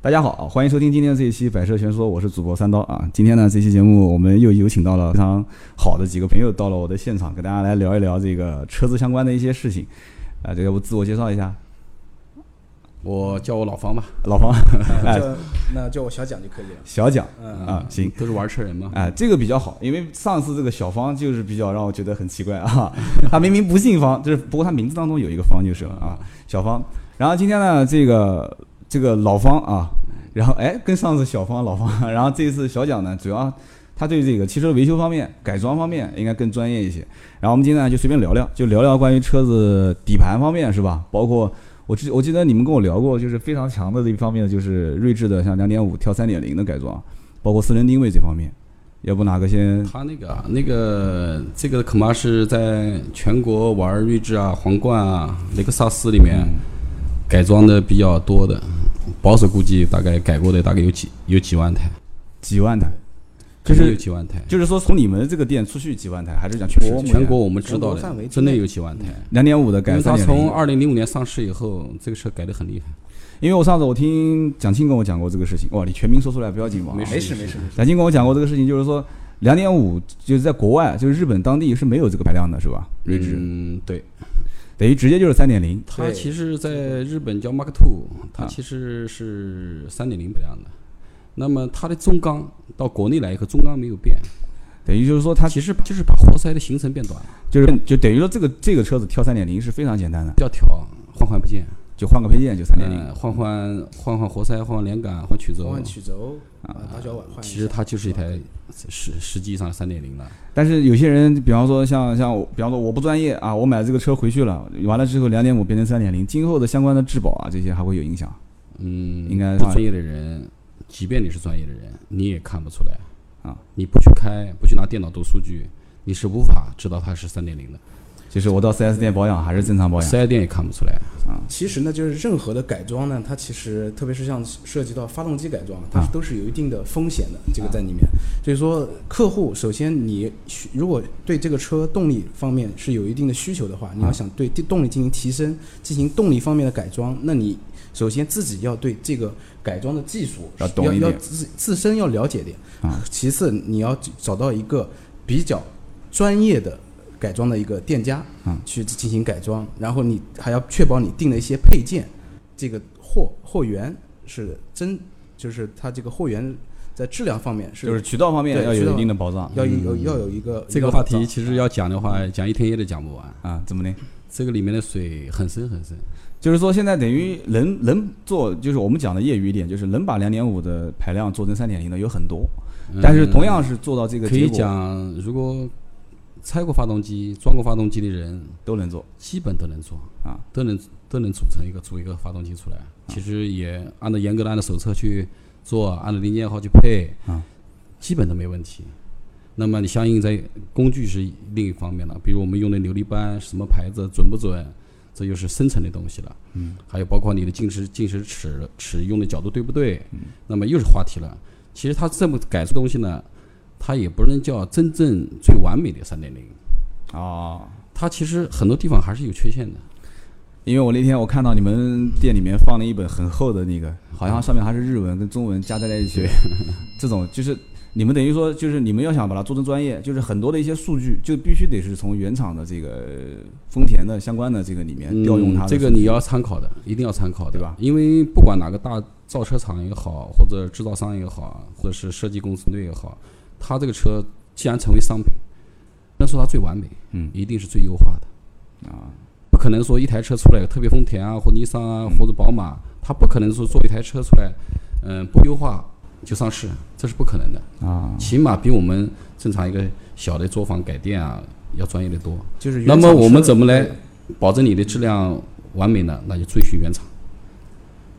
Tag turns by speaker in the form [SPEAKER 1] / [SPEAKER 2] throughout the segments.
[SPEAKER 1] 大家好，欢迎收听今天的这一期《百车全说》，我是主播三刀啊。今天呢，这期节目我们又有请到了非常好的几个朋友到了我的现场，跟大家来聊一聊这个车子相关的一些事情。啊、这个我自我介绍一下，
[SPEAKER 2] 我叫我老方吧，
[SPEAKER 1] 老方，哎
[SPEAKER 3] 叫那叫我小蒋就可以了。
[SPEAKER 1] 小蒋
[SPEAKER 3] 嗯，
[SPEAKER 1] 啊，行。
[SPEAKER 2] 都是玩车人嘛。
[SPEAKER 1] 哎，这个比较好，因为上次这个小芳就是比较让我觉得很奇怪啊，她明明不姓方，就是不过她名字当中有一个方就是了啊，小芳。然后今天呢，这个这个老方啊，然后哎，跟上次小芳老方，然后这一次小蒋呢，主要他对这个汽车维修方面、改装方面应该更专业一些。然后我们今天呢就随便聊聊，就聊聊关于车子底盘方面是吧？包括我记我记得你们跟我聊过，就是非常强的这一方面就是锐志的像两点五跳三点零的改装，包括四轮定位这方面。要不哪个先？
[SPEAKER 2] 他那个啊那个这个恐怕是在全国玩锐志啊、皇冠啊、雷克萨斯里面改装的比较多的，保守估计大概改过的大概有几有几万台，
[SPEAKER 1] 几万台？就
[SPEAKER 2] 肯定有
[SPEAKER 1] 是
[SPEAKER 2] 几万台。
[SPEAKER 1] 就是说，从你们这个店出去几万台，还是讲全世界？
[SPEAKER 2] 全国我们知道
[SPEAKER 3] 全国范围
[SPEAKER 2] 的，
[SPEAKER 3] 之内
[SPEAKER 2] 真的有几万台。
[SPEAKER 1] 两点五的
[SPEAKER 2] 因
[SPEAKER 1] 改
[SPEAKER 2] 为
[SPEAKER 1] 三
[SPEAKER 2] 它
[SPEAKER 1] 点
[SPEAKER 2] 从二零零五年上市以后，这个车改得很厉害。
[SPEAKER 1] 因为我上次我听蒋庆跟我讲过这个事情，哇，你全名说出来不要紧吧？
[SPEAKER 2] 没
[SPEAKER 3] 没事没事没事，
[SPEAKER 1] 蒋庆跟我讲过这个事情，就是说两点五就是在国外，就是日本当地是没有这个排量的，是吧？锐志、
[SPEAKER 2] 嗯，对，
[SPEAKER 1] 等于直接就是三点零，
[SPEAKER 2] 它
[SPEAKER 3] 对
[SPEAKER 2] 其实在日本叫 Mark Two，它
[SPEAKER 1] 嗯啊
[SPEAKER 2] 其实是三点零排量的。那么它的中缸到国内来以后，中缸没有变，
[SPEAKER 1] 等于就是说它
[SPEAKER 2] 其实就是把活塞的行程变短，
[SPEAKER 1] 就是就等于说这个这个车子挑三点零是非常简单的，
[SPEAKER 2] 不要调，换换配件，
[SPEAKER 1] 就换个配件就三点零。
[SPEAKER 3] 嗯
[SPEAKER 2] 呃换换换换活塞，换换连杆，换曲轴
[SPEAKER 3] 换。换曲轴啊，打小碗换一下。
[SPEAKER 2] 其实它就是一台实实际上三点零了，
[SPEAKER 1] 但是有些人，比方说像像我，比方说我不专业啊，我买这个车回去了，完了之后两点五变成三点零，今后的相关的质保啊这些还会有影响
[SPEAKER 2] 嗯，
[SPEAKER 1] 应该
[SPEAKER 2] 不
[SPEAKER 1] 算
[SPEAKER 2] 专业的人，即便你是专业的人，你也看不出来
[SPEAKER 1] 啊，
[SPEAKER 2] 你不去开，不去拿电脑读数据，你是无法知道它是三点零的，
[SPEAKER 1] 就是我到 4S 店保养还是正常保养
[SPEAKER 2] 四 S 店也看不出来，
[SPEAKER 3] 其实呢，就是任何的改装呢，它其实特别是像涉及到发动机改装，它
[SPEAKER 1] 啊
[SPEAKER 3] 都是有一定的风险的，这个在里面。所以说，客户首先你需如果对这个车动力方面是有一定的需求的话，
[SPEAKER 1] 啊
[SPEAKER 3] 你要想对地动力进行提升，进行动力方面的改装，那你首先自己要对这个改装的技术
[SPEAKER 1] 要懂一
[SPEAKER 3] 要
[SPEAKER 1] 点
[SPEAKER 3] 要自自身要了解点
[SPEAKER 1] 啊。
[SPEAKER 3] 其次，你要找到一个比较专业的改装的一个店家，
[SPEAKER 1] 嗯
[SPEAKER 3] 去进行改装，然后你还要确保你订的一些配件，这个货货源是真，就是它这个货源在质量方面是
[SPEAKER 1] 就是渠道方面
[SPEAKER 3] 对
[SPEAKER 1] 要
[SPEAKER 3] 渠
[SPEAKER 1] 有
[SPEAKER 3] 道
[SPEAKER 1] 一定的保障
[SPEAKER 3] 要有有要有一个
[SPEAKER 2] 嗯这个
[SPEAKER 3] 一保
[SPEAKER 2] 话
[SPEAKER 3] 障
[SPEAKER 2] 题其实要讲的话，
[SPEAKER 1] 嗯
[SPEAKER 2] 讲一天也都讲不完，
[SPEAKER 1] 啊，怎么呢？
[SPEAKER 2] 这个里面的水很深很深，
[SPEAKER 1] 就是说现在等于能能做，就是我们讲的业余一点，就是能把两点五的排量做成三点零的有很多，但是
[SPEAKER 2] 嗯
[SPEAKER 1] 同样是做到这个
[SPEAKER 2] 可
[SPEAKER 1] 结
[SPEAKER 2] 以
[SPEAKER 1] 果
[SPEAKER 2] 讲，如果拆过发动机、装过发动机的人，
[SPEAKER 1] 都能做
[SPEAKER 2] 基本都能做
[SPEAKER 1] 啊，
[SPEAKER 2] 都能都能组成一个组一个发动机出来。其实也按照严格的按照手册去做，按照零件号去配，
[SPEAKER 1] 啊
[SPEAKER 2] 基本都没问题。那么你相应在工具是另一方面了，比如我们用的扭力扳什么牌子准不准，这又是深层的东西了。嗯，还有包括你的进食进食尺尺用的角度对不对，
[SPEAKER 1] 嗯
[SPEAKER 2] 那么又是话题了。其实它这么改出东西呢，它也不能叫真正最完美的三点零，
[SPEAKER 1] 啊。
[SPEAKER 2] 它其实很多地方还是有缺陷的。
[SPEAKER 1] 因为我那天我看到你们店里面放了一本很厚的那个，好像上面还是日文跟中文夹杂在一起，这种就是你们等于说就是你们要想把它做成专业，就是很多的一些数据就必须得是从原厂的这个丰田的相关的这个里面调用它
[SPEAKER 2] 嗯
[SPEAKER 1] 的
[SPEAKER 2] 这
[SPEAKER 1] 数据、
[SPEAKER 2] 个你要参考的，一定要参考的，
[SPEAKER 1] 对吧
[SPEAKER 2] 因为不管哪个大造车厂也好，或者制造商也好，或者是设计工程队也好，它这个车既然成为商品，那说它最完美，
[SPEAKER 1] 嗯
[SPEAKER 2] 一定是最优化的
[SPEAKER 1] 啊。
[SPEAKER 2] 不可能说一台车出来，特别丰田啊，或尼桑啊，
[SPEAKER 1] 嗯
[SPEAKER 2] 或者宝马，它不可能说做一台车出来，嗯、不优化就上市，这是不可能的。
[SPEAKER 1] 啊，
[SPEAKER 2] 起码比我们正常一个小的作坊改店啊要专业的多。
[SPEAKER 3] 就是
[SPEAKER 2] 那么我们怎么
[SPEAKER 3] 来？
[SPEAKER 2] 来保证你的质量完美呢？那就遵循原厂。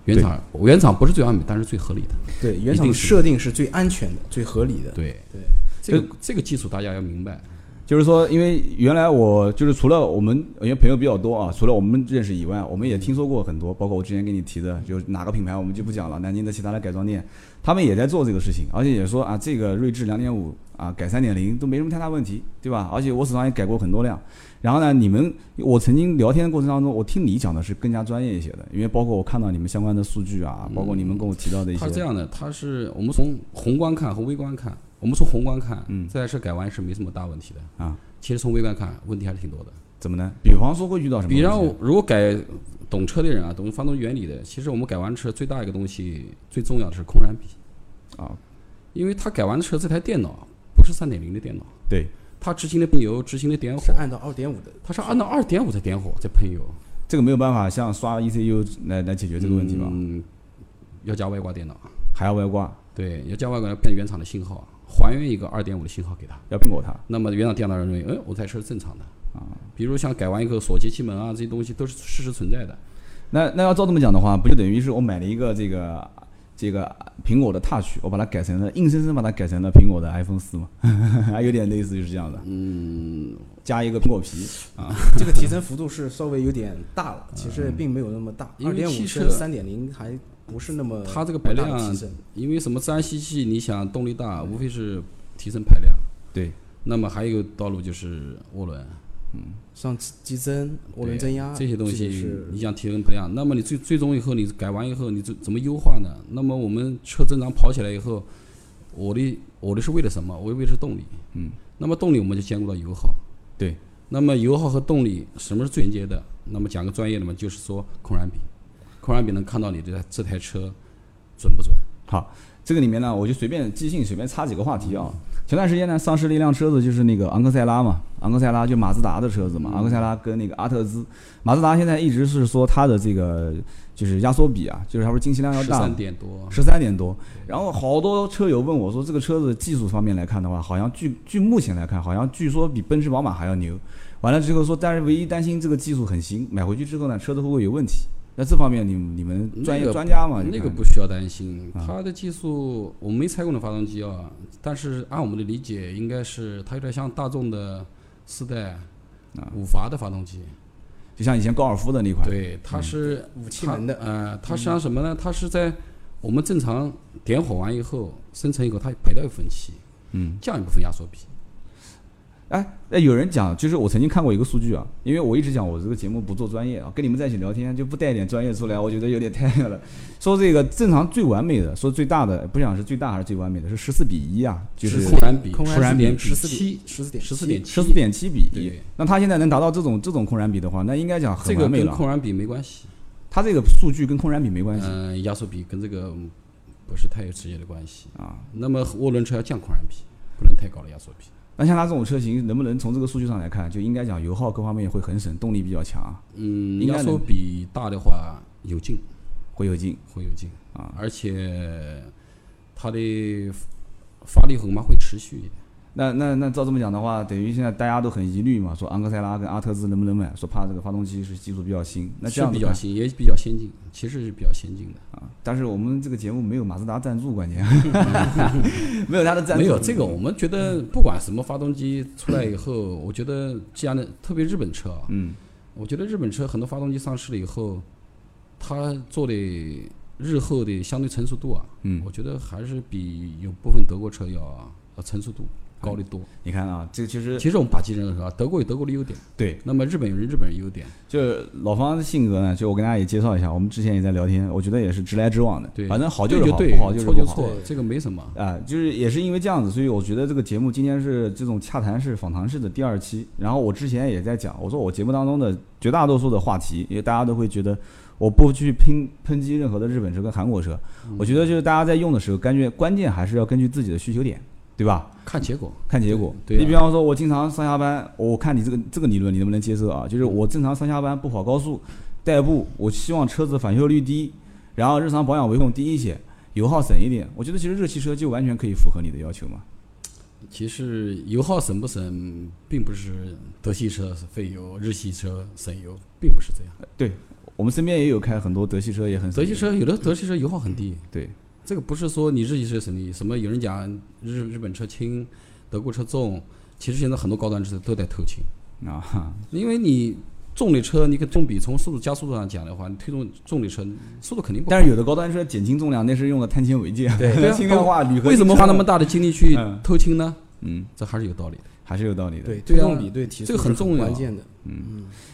[SPEAKER 2] 原厂原厂不是最完美，但是最合理的。
[SPEAKER 3] 对原厂
[SPEAKER 2] 一定
[SPEAKER 3] 的
[SPEAKER 2] 是
[SPEAKER 3] 设定是最安全的、最合理的。
[SPEAKER 2] 对
[SPEAKER 3] 对，
[SPEAKER 2] 这个这个基础大家要明白。
[SPEAKER 1] 就是说，因为原来我就是除了我们，因为朋友比较多啊，除了我们认识以外，我们也听说过很多，包括我之前跟你提的，就是哪个品牌我们就不讲了，南京的其他的改装店，他们也在做这个事情，而且也说啊，这个锐志两点五啊，改三点零都没什么太大问题，对吧？而且我手上也改过很多辆。然后呢，你们我曾经聊天的过程当中，我听你讲的是更加专业一些的，因为包括我看到你们相关的数据啊，包括你们跟我提到的一些
[SPEAKER 2] 它是这样的，它是我们从宏观看和微观看。我们从宏观看，
[SPEAKER 1] 嗯
[SPEAKER 2] 这台车改完是没什么大问题的
[SPEAKER 1] 啊。
[SPEAKER 2] 其实从微观看，问题还是挺多的。
[SPEAKER 1] 怎么呢？比方说会遇到什么问
[SPEAKER 2] 比
[SPEAKER 1] 题？
[SPEAKER 2] 方，如果改懂车的人啊，懂发动机原理的，其实我们改完车最大一个东西，最重要的是空燃比
[SPEAKER 1] 啊，
[SPEAKER 2] 因为他改完车这台电脑不是三点零的电脑，
[SPEAKER 1] 对，
[SPEAKER 2] 它执行的喷油、执行的点火
[SPEAKER 3] 是，按照二点五 的，
[SPEAKER 2] 它是按照二点五在点火在喷油
[SPEAKER 1] 这个没有办法像刷 ECU 来来解决这个问题吧？
[SPEAKER 2] 嗯，要加外挂电脑，
[SPEAKER 1] 还要外挂，
[SPEAKER 2] 对，要加外挂要变原厂的信号，还原一个二点五的信号给他。
[SPEAKER 1] 要苹果它。
[SPEAKER 2] 那么原厂电脑认为，哎，我这台车是正常的啊。比如像改完以后锁节气门啊这些东西都是事实存在的，
[SPEAKER 1] 那那要照这么讲的话，不就等于是我买了一个这个这个苹果的 Touch，我把它改成了硬生生把它改成了苹果的 iPhone 四嘛，还 有点类似就是这样的。嗯，加一个苹果皮，
[SPEAKER 3] 这个提升幅度是稍微有点大了，其实并没有那么大，
[SPEAKER 2] 嗯因
[SPEAKER 3] 二
[SPEAKER 2] 为
[SPEAKER 3] 点
[SPEAKER 2] 汽
[SPEAKER 3] 五
[SPEAKER 2] 车
[SPEAKER 3] 升三点零还不是那么
[SPEAKER 2] 它这个
[SPEAKER 3] 大
[SPEAKER 2] 排
[SPEAKER 3] 的
[SPEAKER 2] 量啊
[SPEAKER 3] 提升，
[SPEAKER 2] 因为什么自然吸气，你想动力大，无非是提升排量。
[SPEAKER 1] 对，
[SPEAKER 2] 那么还有一个道路就是涡轮，
[SPEAKER 3] 像激增、涡轮增压
[SPEAKER 2] 这些东
[SPEAKER 3] 啊个
[SPEAKER 2] 西
[SPEAKER 3] 是，
[SPEAKER 2] 你想提升排量，那么你最最终以后你改完以后，你怎怎么优化呢？那么我们车正常跑起来以后，我的我的是为了什么？我为的是动力。
[SPEAKER 1] 嗯，
[SPEAKER 2] 那么动力我们就兼顾到油耗。
[SPEAKER 1] 对，
[SPEAKER 2] 那么油耗和动力什么是最连接的？那么讲个专业的嘛，就是说空燃比，空燃比能看到你这台这台车准不准？
[SPEAKER 1] 好，这个里面呢，我就随便即兴随便插几个话题啊。前段时间呢，上市了一辆车子，就是那个昂克赛拉嘛，昂克赛拉就马自达的车子嘛，昂克赛拉跟那个阿特兹，马自达现在一直是说它的这个就是压缩比啊，就是它不是进气量要
[SPEAKER 2] 十
[SPEAKER 1] 大
[SPEAKER 2] 三
[SPEAKER 1] 嘛，
[SPEAKER 2] 点多，
[SPEAKER 1] 十三点多。然后好多车友问我说，这个车子技术方面来看的话，好像据据目前来看，好像据说比奔驰、宝马还要牛。完了之后说，但是唯一担心这个技术很新，买回去之后呢，车子会不会有问题？那这方面你们你们专业
[SPEAKER 2] 那个
[SPEAKER 1] 专家嘛，就
[SPEAKER 2] 嗯那个
[SPEAKER 1] 看
[SPEAKER 2] 不需要担心，
[SPEAKER 1] 啊
[SPEAKER 2] 它的技术我没拆过那发动机啊，但是按我们的理解，应该是它有点像大众的四代五阀的发动机，
[SPEAKER 1] 就像以前高尔夫的那款，
[SPEAKER 2] 对，它是
[SPEAKER 3] 五气门的
[SPEAKER 2] 它呃，它实际上什么呢？它是在我们正常点火完以后，生成以后，它排掉一部分气，
[SPEAKER 1] 嗯，
[SPEAKER 2] 降一部分压缩比，
[SPEAKER 1] 哎，那有人讲，就是我曾经看过一个数据啊，因为我一直讲我这个节目不做专业啊，跟你们在一起聊天就不带点专业出来，我觉得有点太那个了。说这个正常最完美的，说最大的，不想是最大还是最完美的，是十四比一啊，就是
[SPEAKER 2] 空燃比，
[SPEAKER 3] 空
[SPEAKER 2] 空
[SPEAKER 3] 燃
[SPEAKER 2] 燃比
[SPEAKER 3] 十四
[SPEAKER 2] 七
[SPEAKER 3] 点，十四点
[SPEAKER 2] 十四
[SPEAKER 3] 七
[SPEAKER 2] 点
[SPEAKER 1] 十四点七比一
[SPEAKER 2] 对。
[SPEAKER 1] 那他现在能达到这种这种空燃比的话，那应该讲
[SPEAKER 2] 这
[SPEAKER 1] 很
[SPEAKER 2] 个
[SPEAKER 1] 完美
[SPEAKER 2] 跟
[SPEAKER 1] 了。
[SPEAKER 2] 空燃比没关系，
[SPEAKER 1] 他这个数据跟空燃比没关系
[SPEAKER 2] 嗯、压缩比跟这个嗯不是太有直接的关系。
[SPEAKER 1] 啊。
[SPEAKER 2] 那么涡轮车要降空燃比，不能太高的压缩比。
[SPEAKER 1] 那像他这种车型，能不能从这个数据上来看，就应该讲油耗各方面会很省，动力比较强，
[SPEAKER 2] 嗯，
[SPEAKER 1] 应该
[SPEAKER 2] 压缩
[SPEAKER 1] 能
[SPEAKER 2] 比大的话有劲，
[SPEAKER 1] 会有劲
[SPEAKER 2] 会有劲
[SPEAKER 1] 啊。
[SPEAKER 2] 而且它的发力恐怕会持续一点。
[SPEAKER 1] 那那那照这么讲的话，等于现在大家都很疑虑嘛，说昂克赛拉跟阿特兹能不能买？说怕这个发动机是技术比较新。那这
[SPEAKER 2] 是
[SPEAKER 1] 样
[SPEAKER 2] 比
[SPEAKER 1] 子
[SPEAKER 2] 较
[SPEAKER 1] 看
[SPEAKER 2] 新，也比较先进，其实是比较先进的。
[SPEAKER 1] 啊，但是我们这个节目没有马自达赞助， 关键没有他的赞助。嗯
[SPEAKER 2] 没有这个，我们觉得不管什么发动机出来以后，我觉得既然特别日本车啊，
[SPEAKER 1] 嗯，
[SPEAKER 2] 我觉得日本车很多发动机上市了以后，它做的日后的相对成熟度啊，
[SPEAKER 1] 嗯
[SPEAKER 2] 我觉得还是比有部分德国车要要成熟度高得多。
[SPEAKER 1] 你看啊，这个其实
[SPEAKER 2] 其实我们把竞争是吧？啊德国有德国的优点，
[SPEAKER 1] 对，
[SPEAKER 2] 那么日本有日本人优点，
[SPEAKER 1] 就是老方的性格呢，就我跟大家也介绍一下，我们之前也在聊天，我觉得也是直来直往的，
[SPEAKER 2] 对，
[SPEAKER 1] 反正好
[SPEAKER 2] 对
[SPEAKER 1] 是
[SPEAKER 2] 就
[SPEAKER 1] 好，
[SPEAKER 2] 对，
[SPEAKER 1] 不好就是
[SPEAKER 2] 错
[SPEAKER 1] 不
[SPEAKER 2] 就
[SPEAKER 1] 好。
[SPEAKER 2] 错，这个没什么。
[SPEAKER 1] 啊、就是也是因为这样子，所以我觉得这个节目今天是这种洽谈式、访谈式的第二期。然后我之前也在讲，我说我节目当中的绝大多数的话题，因为大家都会觉得我不去拼 抨击任何的日本车跟韩国车，
[SPEAKER 2] 嗯
[SPEAKER 1] 我觉得就是大家在用的时候，感觉关键还是要根据自己的需求点，对吧？
[SPEAKER 2] 看结果，
[SPEAKER 1] 看结果。
[SPEAKER 2] 对对啊
[SPEAKER 1] 你比方说，我经常上下班，我看你这个这个理论你能不能接受啊？就是我正常上下班不跑高速，代步，我希望车子返修率低，然后日常保养维护低一些，油耗省一点。我觉得其实热气车就完全可以符合你的要求嘛。
[SPEAKER 2] 其实油耗省不省，并不是德系车费油，日系车省油，并不是这样。
[SPEAKER 1] 对我们身边也有开很多德系车，也很
[SPEAKER 2] 德系车
[SPEAKER 1] 嗯
[SPEAKER 2] 有的德系车油耗很低，
[SPEAKER 1] 对
[SPEAKER 2] 这个不是说你日系车省力，什么有人讲日日本车轻，德国车重，其实现在很多高端车都在偷轻，
[SPEAKER 1] 啊哈，
[SPEAKER 2] 因为你重力车，你可重比从速度加速度上讲的话，你推动重力车速度肯定不快。
[SPEAKER 1] 但是有的高端车减轻重量，那是用了碳纤维件，
[SPEAKER 3] 对
[SPEAKER 1] 轻量化铝合
[SPEAKER 2] 啊为什么花那么
[SPEAKER 1] 金
[SPEAKER 2] 大的精力去
[SPEAKER 1] 嗯
[SPEAKER 2] 偷轻呢？
[SPEAKER 1] 嗯，
[SPEAKER 2] 这还是有道理的。
[SPEAKER 1] 还是有道理的。
[SPEAKER 3] 对，
[SPEAKER 2] 对
[SPEAKER 3] 推
[SPEAKER 2] 啊
[SPEAKER 3] 动比对提速
[SPEAKER 2] 这个很
[SPEAKER 3] 是
[SPEAKER 2] 重要
[SPEAKER 3] 关键的。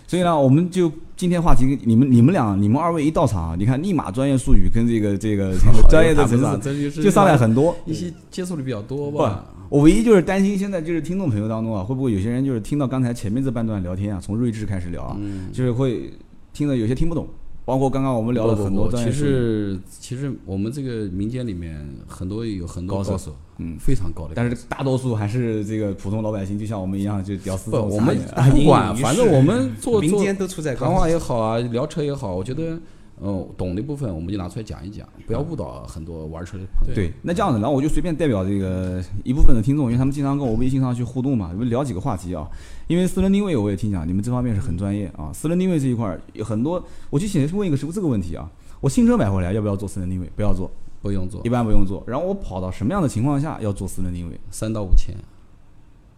[SPEAKER 1] 所以呢，我们就今天话题，你们你们俩，你们二位一到场啊，你看立马专业术语跟这个这 个这个专业的成长就上来很多。
[SPEAKER 2] 一些接触的比较多
[SPEAKER 1] 不
[SPEAKER 2] 吧。
[SPEAKER 1] 我唯一就是担心现在就是听众朋友当中啊，会不会有些人就是听到刚才前面这半段聊天啊，从睿智开始聊啊，
[SPEAKER 2] 嗯，
[SPEAKER 1] 就是会听得有些听不懂，包括刚刚我们聊了
[SPEAKER 2] 不
[SPEAKER 1] 很
[SPEAKER 2] 不
[SPEAKER 1] 多
[SPEAKER 2] 不
[SPEAKER 1] 专业
[SPEAKER 2] 其
[SPEAKER 1] 术语，
[SPEAKER 2] 实其实我们这个民间里面很多有很多
[SPEAKER 1] 高手
[SPEAKER 2] 高手，
[SPEAKER 1] 嗯
[SPEAKER 2] 非常高的。
[SPEAKER 1] 但是大多数还是这个普通老百姓，就像我们一样，就屌丝
[SPEAKER 2] 不，
[SPEAKER 1] 这种啊
[SPEAKER 2] 我
[SPEAKER 1] 傻
[SPEAKER 2] 们
[SPEAKER 1] 眼
[SPEAKER 2] 不 管，
[SPEAKER 3] 隐于
[SPEAKER 2] 反正
[SPEAKER 3] 市
[SPEAKER 2] 我 们做
[SPEAKER 3] 民
[SPEAKER 2] 做
[SPEAKER 3] 间都出在
[SPEAKER 2] 谈
[SPEAKER 3] 高
[SPEAKER 2] 话也好啊，聊车也好，我觉得，呃，懂的部分我们就拿出来讲一讲，不要误导很多玩车的朋友。
[SPEAKER 1] 对，那这样子，然后我就随便代表这个一部分的听众，因为他们经常跟我微信上去互动嘛，我们聊几个话题啊。因为私人定位我也听讲，你们这方面是很专业啊。私人定位这一块儿有很多，我就想问一个师傅这个问题啊：我新车买回来要不要做私人定位？不要做，
[SPEAKER 2] 不用做
[SPEAKER 1] 一般不用做。然后我跑到什么样的情况下要做私人定位？
[SPEAKER 2] 三到五千，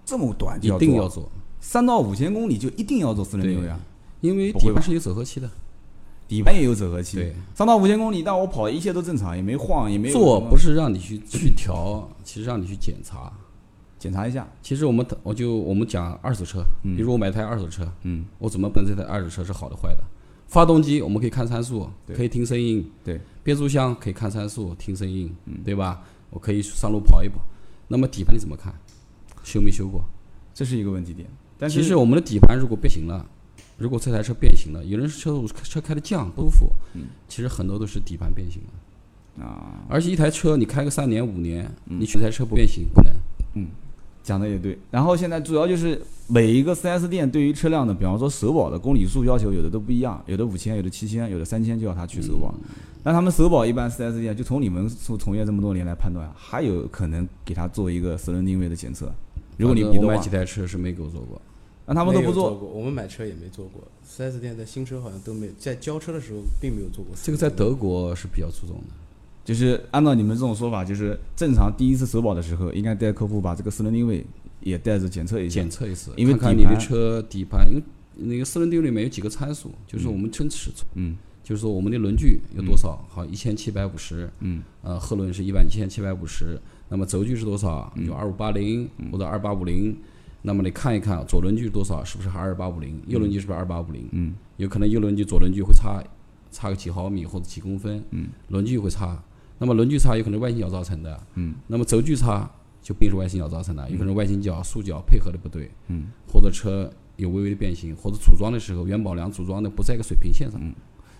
[SPEAKER 1] 这么短就
[SPEAKER 2] 一
[SPEAKER 1] 要
[SPEAKER 2] 定要
[SPEAKER 1] 做，
[SPEAKER 2] 做，
[SPEAKER 1] 三到五千公里就一定要做私人定位啊？
[SPEAKER 2] 因为
[SPEAKER 1] 不会
[SPEAKER 2] 底
[SPEAKER 1] 吧
[SPEAKER 2] 盘是有走合期的，
[SPEAKER 1] 底盘也有走合期
[SPEAKER 2] 对，
[SPEAKER 1] 三到五千公里，但我跑的一切都正常，也没晃，也没有
[SPEAKER 2] 做
[SPEAKER 1] 什么
[SPEAKER 2] 不是让你去去调，其实让你去检查。
[SPEAKER 1] 检查一下，
[SPEAKER 2] 其实我们我就我们讲二手车，比如我买台二手车，
[SPEAKER 1] 嗯，
[SPEAKER 2] 我怎么分这台二手车是好的坏的？发动机我们可以看参数，
[SPEAKER 1] 对
[SPEAKER 2] 可以听声音，
[SPEAKER 1] 对，
[SPEAKER 2] 变速箱可以看参数、听声音，
[SPEAKER 1] 嗯
[SPEAKER 2] 对吧？我可以上路跑一跑。那么底盘你怎么看？修没修过？
[SPEAKER 1] 这是一个问题点。但是
[SPEAKER 2] 其实我们的底盘如果变形了，如果这台车变形了，有人车主车开的犟不舒服，
[SPEAKER 1] 嗯
[SPEAKER 2] 其实很多都是底盘变形了。啊！而且一台车你开个三年五年，
[SPEAKER 1] 嗯
[SPEAKER 2] 你取台车不变形不能。
[SPEAKER 1] 讲的也对。然后现在主要就是每一个 4S 店对于车辆的，比方说首保的公里数要求有的都不一样，有的五千，有的七千，有的三千就要他去首保。
[SPEAKER 2] 嗯
[SPEAKER 1] 那他们首保一般 4S 店就从你们从从业这么多年来判断，还有可能给他做一个私人定位的检测。如果你
[SPEAKER 2] 反
[SPEAKER 1] 比
[SPEAKER 2] 正
[SPEAKER 1] 的
[SPEAKER 2] 我买
[SPEAKER 1] 话
[SPEAKER 2] 几，台车是没给我做过，
[SPEAKER 1] 那他们都
[SPEAKER 3] 没
[SPEAKER 1] 不
[SPEAKER 3] 有
[SPEAKER 1] 做
[SPEAKER 3] 做。过，我们买车也没做过。4S 店的新车好像都没有，在交车的时候并没有做过。
[SPEAKER 2] 这个在德国是比较注重的。
[SPEAKER 1] 就是按照你们这种说法，就是正常第一次首保的时候，应该带客户把这个私人定位也带着检测一下
[SPEAKER 2] 检。测一次，
[SPEAKER 1] 因为
[SPEAKER 2] 看
[SPEAKER 1] 底
[SPEAKER 2] 看你
[SPEAKER 1] 盘
[SPEAKER 2] 的车底盘，因为那个私人定位里面有几个参数，就是我们真尺寸，
[SPEAKER 1] 嗯
[SPEAKER 2] 就是说我们的轮距有多少，好一千七百五十，
[SPEAKER 1] 嗯，
[SPEAKER 2] 呃，后轮是一万一千七百五十，那么轴距是多少？啊
[SPEAKER 1] 嗯
[SPEAKER 2] 有二五八零或者二八五零，那么你看一看左轮距多少，是不是还二八五零？右轮距是不是二八五零？
[SPEAKER 1] 嗯，
[SPEAKER 2] 有可能右轮距左轮距会差差个几毫米或者几公分，
[SPEAKER 1] 嗯，
[SPEAKER 2] 轮距会差，那么轮距差有可能外倾角造成的，
[SPEAKER 1] 嗯，
[SPEAKER 2] 那么轴距差就并不是外倾角造成的，有可能外倾角、束角配合的不对，
[SPEAKER 1] 嗯，
[SPEAKER 2] 或者车有微微的变形，或者组装的时候元宝梁组装的不在一个水平线
[SPEAKER 1] 嗯
[SPEAKER 2] 上，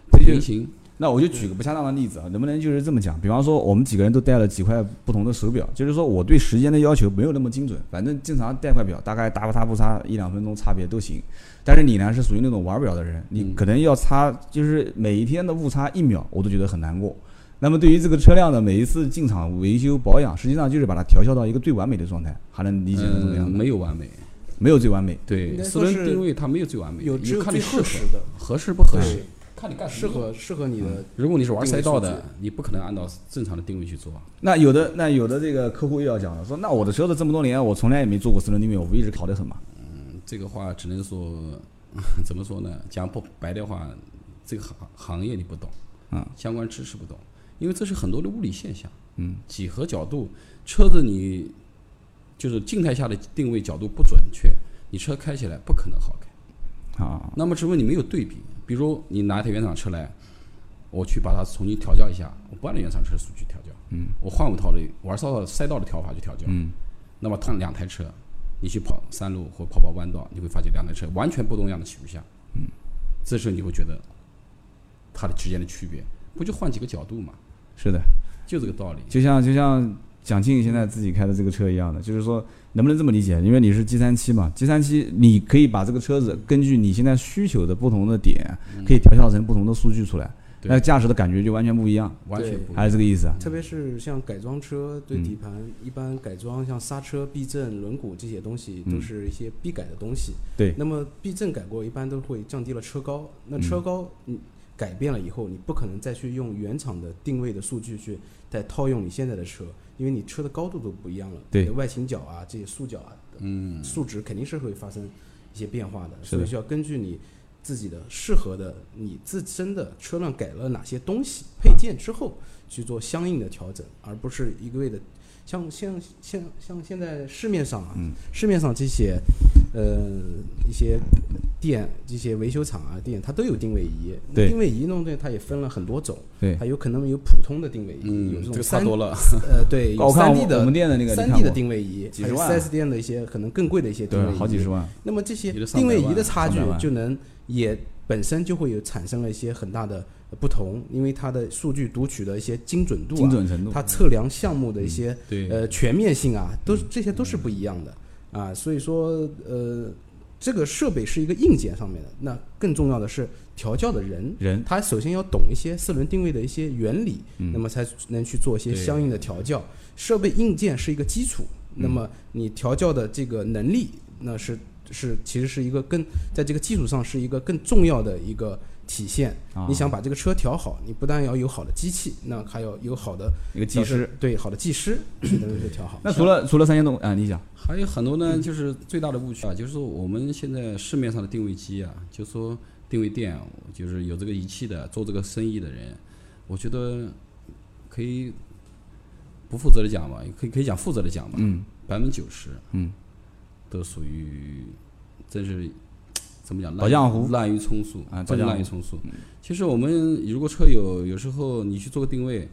[SPEAKER 2] 不
[SPEAKER 1] 这就
[SPEAKER 2] 平行，
[SPEAKER 1] 那我就举个不恰当的例子啊，能不能就是这么讲？比方说，我们几个人都带了几块不同的手表，就是说我对时间的要求没有那么精准，反正正常带块表，大概打不差不差一两分钟差别都行。但是你呢是属于那种玩表的人，你
[SPEAKER 2] 嗯
[SPEAKER 1] 可能要差，就是每一天的误差一秒，我都觉得很难过。那么对于这个车辆的每一次进厂维修保养，实际上就是把它调校到一个最完美的状态，还能理解成怎么样
[SPEAKER 2] 嗯
[SPEAKER 1] 的？
[SPEAKER 2] 没有完美，
[SPEAKER 1] 没有最完美，
[SPEAKER 2] 对，
[SPEAKER 3] 应该
[SPEAKER 2] 私
[SPEAKER 3] 说
[SPEAKER 2] 人
[SPEAKER 3] 是
[SPEAKER 2] 定位它没有最完美，
[SPEAKER 3] 有只有
[SPEAKER 2] 你看
[SPEAKER 3] 最
[SPEAKER 2] 你适
[SPEAKER 3] 合
[SPEAKER 2] 合嗯
[SPEAKER 3] 适的，
[SPEAKER 2] 合适不合适
[SPEAKER 3] 对，
[SPEAKER 2] 看你干什
[SPEAKER 3] 适
[SPEAKER 2] 么。
[SPEAKER 3] 合适合你的。
[SPEAKER 2] 如果你是玩赛道
[SPEAKER 3] 定位
[SPEAKER 2] 的
[SPEAKER 3] 数，
[SPEAKER 2] 你不可能按照正常的定位去做。
[SPEAKER 1] 那有的那有的这个客户又要讲了，说那我的车子这么多年我从来也没做过私人定位，我不一直考得很嘛。
[SPEAKER 2] 嗯这个话只能说， 怎么说呢？讲不白的话，这个行行业你不懂，
[SPEAKER 1] 嗯，
[SPEAKER 2] 相关知识不懂，因为这是很多的物理现象，
[SPEAKER 1] 嗯，
[SPEAKER 2] 几何角度，车子你就是静态下的定位角度不准确，你车开起来不可能好开。
[SPEAKER 1] 啊，
[SPEAKER 2] 那么只不过你没有对比，比如你拿一台原厂车来，我去把它重新调教一下，我不按照原厂车的数据调教，嗯，我换我套的玩赛道的赛道的调法去调教，
[SPEAKER 1] 嗯，
[SPEAKER 2] 那么换两台车，你去跑山路或跑跑弯道，你会发现两台车完全不同样的取向，嗯，这时候你会觉得它的之间的区别，不就换几个角度嘛，
[SPEAKER 1] 是的，
[SPEAKER 2] 就这个道理。
[SPEAKER 1] 就像就像蒋劲现在自己开的这个车一样的，就是说能不能这么理解？因为你是 G 三七嘛，G 三七你可以把这个车子根据你现在需求的不同的点，可以调校成不同的数据出来，
[SPEAKER 2] 嗯对
[SPEAKER 1] 那驾驶的感觉就完全不一样，
[SPEAKER 2] 完全
[SPEAKER 3] 对
[SPEAKER 2] 不一
[SPEAKER 1] 还
[SPEAKER 2] 样。嗯
[SPEAKER 1] 是这个意思啊？
[SPEAKER 3] 特别是像改装车对底盘，一般改装像刹车、避震、轮毂这些东西，
[SPEAKER 1] 嗯
[SPEAKER 3] 都是一些必改的东西。
[SPEAKER 1] 对
[SPEAKER 3] 那么避震改过，一般都会降低了车高。那车高，嗯，改变了以后，你不可能再去用原厂的定位的数据去再套用你现在的车，因为你车的高度都不一样了，
[SPEAKER 1] 对
[SPEAKER 3] 你的外倾角啊这些束角啊，嗯，数值肯定是会发生一些变化的，所以需要根据你自己的适合的你自身的车辆改了哪些东西配件之后去做相应的调整，而不是一味的像像像像现在市面上啊，市面上这些呃一些店、这些维修厂啊店，它都有定位仪。
[SPEAKER 1] 对
[SPEAKER 3] 定位仪那种东西它也分了很多种，
[SPEAKER 1] 对
[SPEAKER 3] 它有可能有普通的定位仪，有
[SPEAKER 2] 嗯，这
[SPEAKER 3] 种
[SPEAKER 2] 个差
[SPEAKER 3] 三
[SPEAKER 2] 多了。
[SPEAKER 3] 呃对，有
[SPEAKER 1] 我看
[SPEAKER 3] 三
[SPEAKER 1] 我
[SPEAKER 3] D 的
[SPEAKER 1] 我们店的那个你
[SPEAKER 3] 三
[SPEAKER 1] 看
[SPEAKER 3] D 的
[SPEAKER 1] 过
[SPEAKER 3] 定位仪，
[SPEAKER 1] 几
[SPEAKER 3] 还
[SPEAKER 1] 十
[SPEAKER 3] 有
[SPEAKER 1] 万啊
[SPEAKER 3] 四 S 店的一些可能更贵的一些定
[SPEAKER 1] 对啊
[SPEAKER 3] 位，仪，
[SPEAKER 1] 好几十万，
[SPEAKER 3] 那么这些
[SPEAKER 2] 有的上
[SPEAKER 3] 定位
[SPEAKER 2] 百
[SPEAKER 3] 仪
[SPEAKER 2] 万
[SPEAKER 3] 的差
[SPEAKER 2] 上
[SPEAKER 3] 距
[SPEAKER 2] 百万
[SPEAKER 3] 就能也本身就会有产生了一些很大的不同，因为它的数据读取的一些精准度、啊、
[SPEAKER 1] 精准程度
[SPEAKER 3] 它测量项目的一些、
[SPEAKER 2] 对
[SPEAKER 3] 呃全面性啊，都是这些都是不一样的啊，所以说呃，这个设备是一个硬件上面的，那更重要的是调教的人，
[SPEAKER 1] 人
[SPEAKER 3] 他首先要懂一些四轮定位的一些原理，那么才能去做一些
[SPEAKER 2] 对
[SPEAKER 3] 相应的调教。设备硬件是一个基础，那么你调教的这个能力，那是是其实是一个更在这个基础上是一个更重要的一个体现。
[SPEAKER 1] 啊
[SPEAKER 3] 你想把这个车调好，你不但要有好的机器，那还要有好的
[SPEAKER 1] 一个技
[SPEAKER 3] 调
[SPEAKER 1] 师
[SPEAKER 3] 整，。对好的技师才能够调好。
[SPEAKER 1] 那除了除了三千动啊，你讲
[SPEAKER 2] 还有很多呢，就是最大的误区啊，就是说我们现在市面上的定位机啊，就说定位店啊，就是有这个仪器的做这个生意的人，我觉得可以不负责的讲吧，可以可以讲负责的讲吧，
[SPEAKER 1] 嗯，
[SPEAKER 2] 百分之九十，
[SPEAKER 1] 嗯，
[SPEAKER 2] 都属于真是怎么讲，
[SPEAKER 1] 倒浆糊
[SPEAKER 2] 滥竽充数
[SPEAKER 1] 啊
[SPEAKER 2] 真
[SPEAKER 1] 倒浆
[SPEAKER 2] 滥竽
[SPEAKER 1] 糊
[SPEAKER 2] 充数。其实我们如果车友有时候你去做个定位，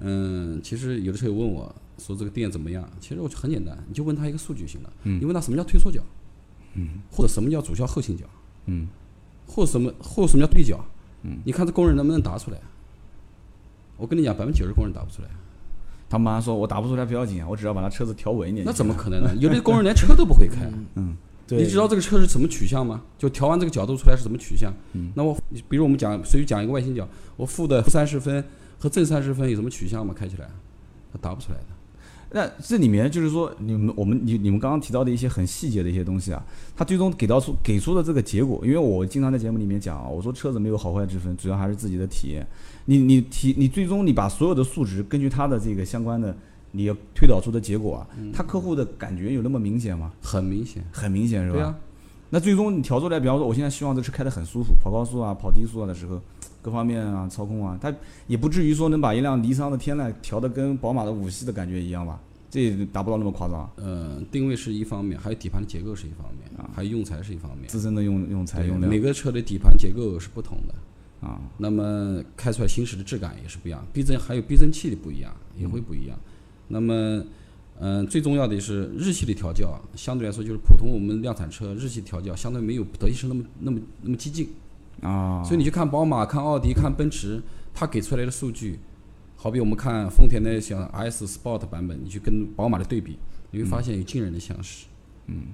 [SPEAKER 2] 嗯，其实有的车友问我说这个店怎么样，其实我很简单，你就问他一个数据就行了，你问他什么叫推缩角，嗯，或者什么叫主销后倾角，
[SPEAKER 1] 嗯，
[SPEAKER 2] 或者什么或者什么叫对角，嗯，你看这工人能不能答出来？我跟你讲，百分之九十工人答不出来，
[SPEAKER 1] 他妈说我打不出来不要紧啊，我只要把他车子调稳一点就行。
[SPEAKER 2] 那怎么可能呢？有的工人连车都不会开，
[SPEAKER 3] 对，
[SPEAKER 2] 你知道这个车是什么取向吗？就调完这个角度出来是什么取向？
[SPEAKER 1] 嗯
[SPEAKER 2] 那我比如我们讲随便讲一个外倾角，我负的负三十分和正三十分有什么取向吗？开起来，它答不出来的。
[SPEAKER 1] 那这里面就是说，你们我们你你们刚刚提到的一些很细节的一些东西啊，它最终给到出给出的这个结果，因为我经常在节目里面讲啊，我说车子没有好坏之分，主要还是自己的体验。你你提你最终你把所有的数值根据它的这个相关的你要推导出的结果啊，他客户的感觉有那么明显吗？
[SPEAKER 2] 很明显，
[SPEAKER 1] 很明显是吧？
[SPEAKER 2] 对啊，
[SPEAKER 1] 那最终你调出来，比方说我现在希望这车开得很舒服，跑高速啊、跑低速啊的时候，各方面啊、操控啊，它也不至于说能把一辆尼桑的天籁调得跟宝马的五系的感觉一样吧？这也达不到那么夸张啊。
[SPEAKER 2] 呃，定位是一方面，还有底盘的结构是一方
[SPEAKER 1] 啊
[SPEAKER 2] 面，还有用材是一方面。
[SPEAKER 1] 自身的用用材
[SPEAKER 2] 对
[SPEAKER 1] 用
[SPEAKER 2] 每
[SPEAKER 1] 量
[SPEAKER 2] 个车的底盘结构是不同的，
[SPEAKER 1] 啊，
[SPEAKER 2] 那么开出来行驶的质感也是不一样，避震还有避震器的不一样，
[SPEAKER 1] 嗯
[SPEAKER 2] 也会不一样。那么，嗯、最重要的是日系的调教啊，相对来说就是普通我们量产车日系调教相对没有德系车那么那么那么激进
[SPEAKER 1] 啊，
[SPEAKER 2] 所以你去看宝马、看奥迪、看奔驰，它给出来的数据，好比我们看丰田的像 S Sport 版本，你去跟宝马的对比，你会发现有惊人的相似。嗯。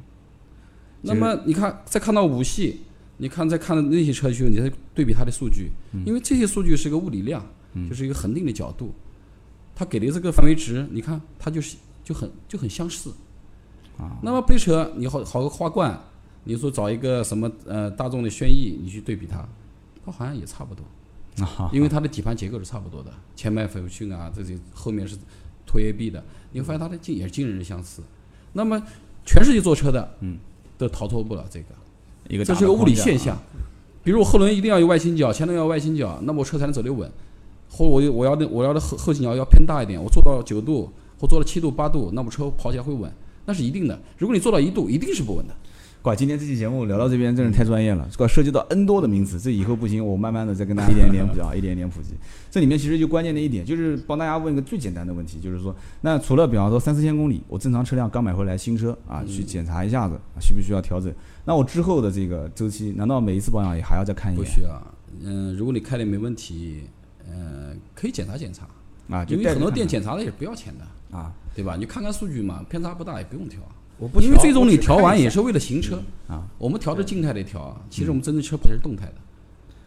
[SPEAKER 2] 那么你看，再看到五系，你看再看到那些车去，你再对比它的数据，因为这些数据是一个物理量，就是一个恒定的角度，它给的这个范围值，你看它就是就很就很相似。啊。那么杯车，你好好个花冠。你说找一个什么呃大众的轩逸，你去对比它，它好像也差不多，
[SPEAKER 1] 啊
[SPEAKER 2] 因为它的底盘结构是差不多的，前麦弗逊啊，这些后面是拖 A B 的，你会发现它的劲也是惊人的相似。那么全世界做车的，嗯，都逃脱不了这个，
[SPEAKER 1] 一个
[SPEAKER 2] 这
[SPEAKER 1] 大
[SPEAKER 2] 是
[SPEAKER 1] 的
[SPEAKER 2] 个物理
[SPEAKER 1] 框架啊
[SPEAKER 2] 现象。比如我后轮一定要有外倾角，前轮要有外倾角，那么我车才能走得稳。或者我就我要的我要的后后倾角要偏大一点，我做到九度或做到七度八度，那么车跑起来会稳，那是一定的。如果你做到一度，一定是不稳的。
[SPEAKER 1] 哇，今天这期节目聊到这边真是太专业了，
[SPEAKER 2] 嗯
[SPEAKER 1] 哇，涉及到 N 多的名词，这以后不行，我慢慢的再跟 大家一点一点普及啊，一点一点普及。这里面其实就关键的一点，就是帮大家问一个最简单的问题，就是说，那除了比方说三四千公里，我正常车辆刚买回来新车
[SPEAKER 2] 嗯
[SPEAKER 1] 啊，去检查一下子、啊需不需要调整？那我之后的这个周期，难道每一次保养也还要再看一
[SPEAKER 2] 不
[SPEAKER 1] 眼
[SPEAKER 2] 需要，嗯，如果你开的没问题，嗯，可以检查检查，
[SPEAKER 1] 啊？就
[SPEAKER 2] 因为
[SPEAKER 1] 带着
[SPEAKER 2] 很多
[SPEAKER 1] 看
[SPEAKER 2] 店检查的也是不要钱的，
[SPEAKER 1] 看啊
[SPEAKER 2] 对吧？你看看数据嘛，偏差不大也不用调。啊
[SPEAKER 3] 我不
[SPEAKER 2] 因为
[SPEAKER 3] 调
[SPEAKER 2] 最终
[SPEAKER 3] 我
[SPEAKER 2] 你
[SPEAKER 3] 只
[SPEAKER 2] 调
[SPEAKER 3] 看
[SPEAKER 2] 完
[SPEAKER 3] 一
[SPEAKER 2] 也
[SPEAKER 3] 下嗯
[SPEAKER 2] 是为了行车
[SPEAKER 1] 啊。
[SPEAKER 2] 我们调的静态的调啊，其实我们真正车牌是动态的。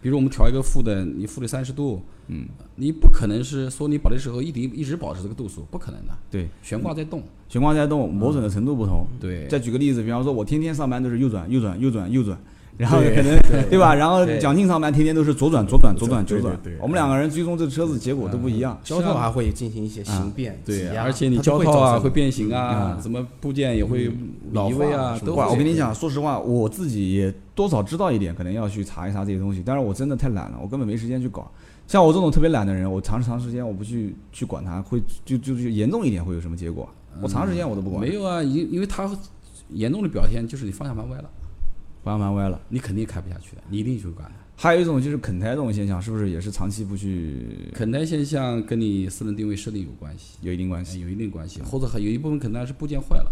[SPEAKER 2] 比如我们调一个负的，你负的三十度，嗯，你不可能是说你保的时候一直一直保持这个度数，不可能的。
[SPEAKER 1] 对，
[SPEAKER 2] 悬挂在动，
[SPEAKER 3] 嗯
[SPEAKER 1] 悬挂在动，磨损的程度不同，
[SPEAKER 2] 嗯对，
[SPEAKER 1] 再举个例子，比方说，我天天上班都是右转、右转、右转、右转，然后
[SPEAKER 3] 对
[SPEAKER 1] 可能
[SPEAKER 3] 对
[SPEAKER 1] 对吧？然后
[SPEAKER 2] 对
[SPEAKER 1] 蒋劲上班天天都是左转左转左转
[SPEAKER 2] 对
[SPEAKER 1] 左
[SPEAKER 2] 对
[SPEAKER 1] 转
[SPEAKER 2] 对对，
[SPEAKER 1] 我们两个人追踪这车子结果都不一样。
[SPEAKER 3] 交通还啊会进行一些形变，
[SPEAKER 2] 啊对
[SPEAKER 3] 挤，压
[SPEAKER 2] 而且你
[SPEAKER 3] 它都
[SPEAKER 2] 胶
[SPEAKER 3] 会
[SPEAKER 2] 套啊
[SPEAKER 3] 造成嗯
[SPEAKER 2] 会变形啊，
[SPEAKER 1] 嗯
[SPEAKER 2] 什么部件也会
[SPEAKER 3] 老
[SPEAKER 2] 移位
[SPEAKER 3] 化
[SPEAKER 2] 啊，
[SPEAKER 3] 什么
[SPEAKER 2] 都
[SPEAKER 3] 的
[SPEAKER 1] 哇，
[SPEAKER 2] 会。
[SPEAKER 1] 我跟你讲，说实话，我自己也多少知道一点，可能要去查一查这些东西，但是我真的太懒了，我根本没时间去搞。像我这种特别懒的人，我长长时间我不去去管它，会就就就严重一点会有什么结果？我长时间我都不管，
[SPEAKER 2] 嗯没有啊，因因为它严重的表现就是你方向盘歪了，
[SPEAKER 1] 方向盘歪了。
[SPEAKER 2] 你肯定开不下去的，你一定去管。
[SPEAKER 1] 还有一种就是啃胎这种现象，是不是也是长期不去
[SPEAKER 2] 肯台现象跟你私人定位设定有关系，
[SPEAKER 1] 有一定关
[SPEAKER 2] 哎
[SPEAKER 1] 系？
[SPEAKER 2] 有一定关系，或者还有一部分肯台是部件坏了，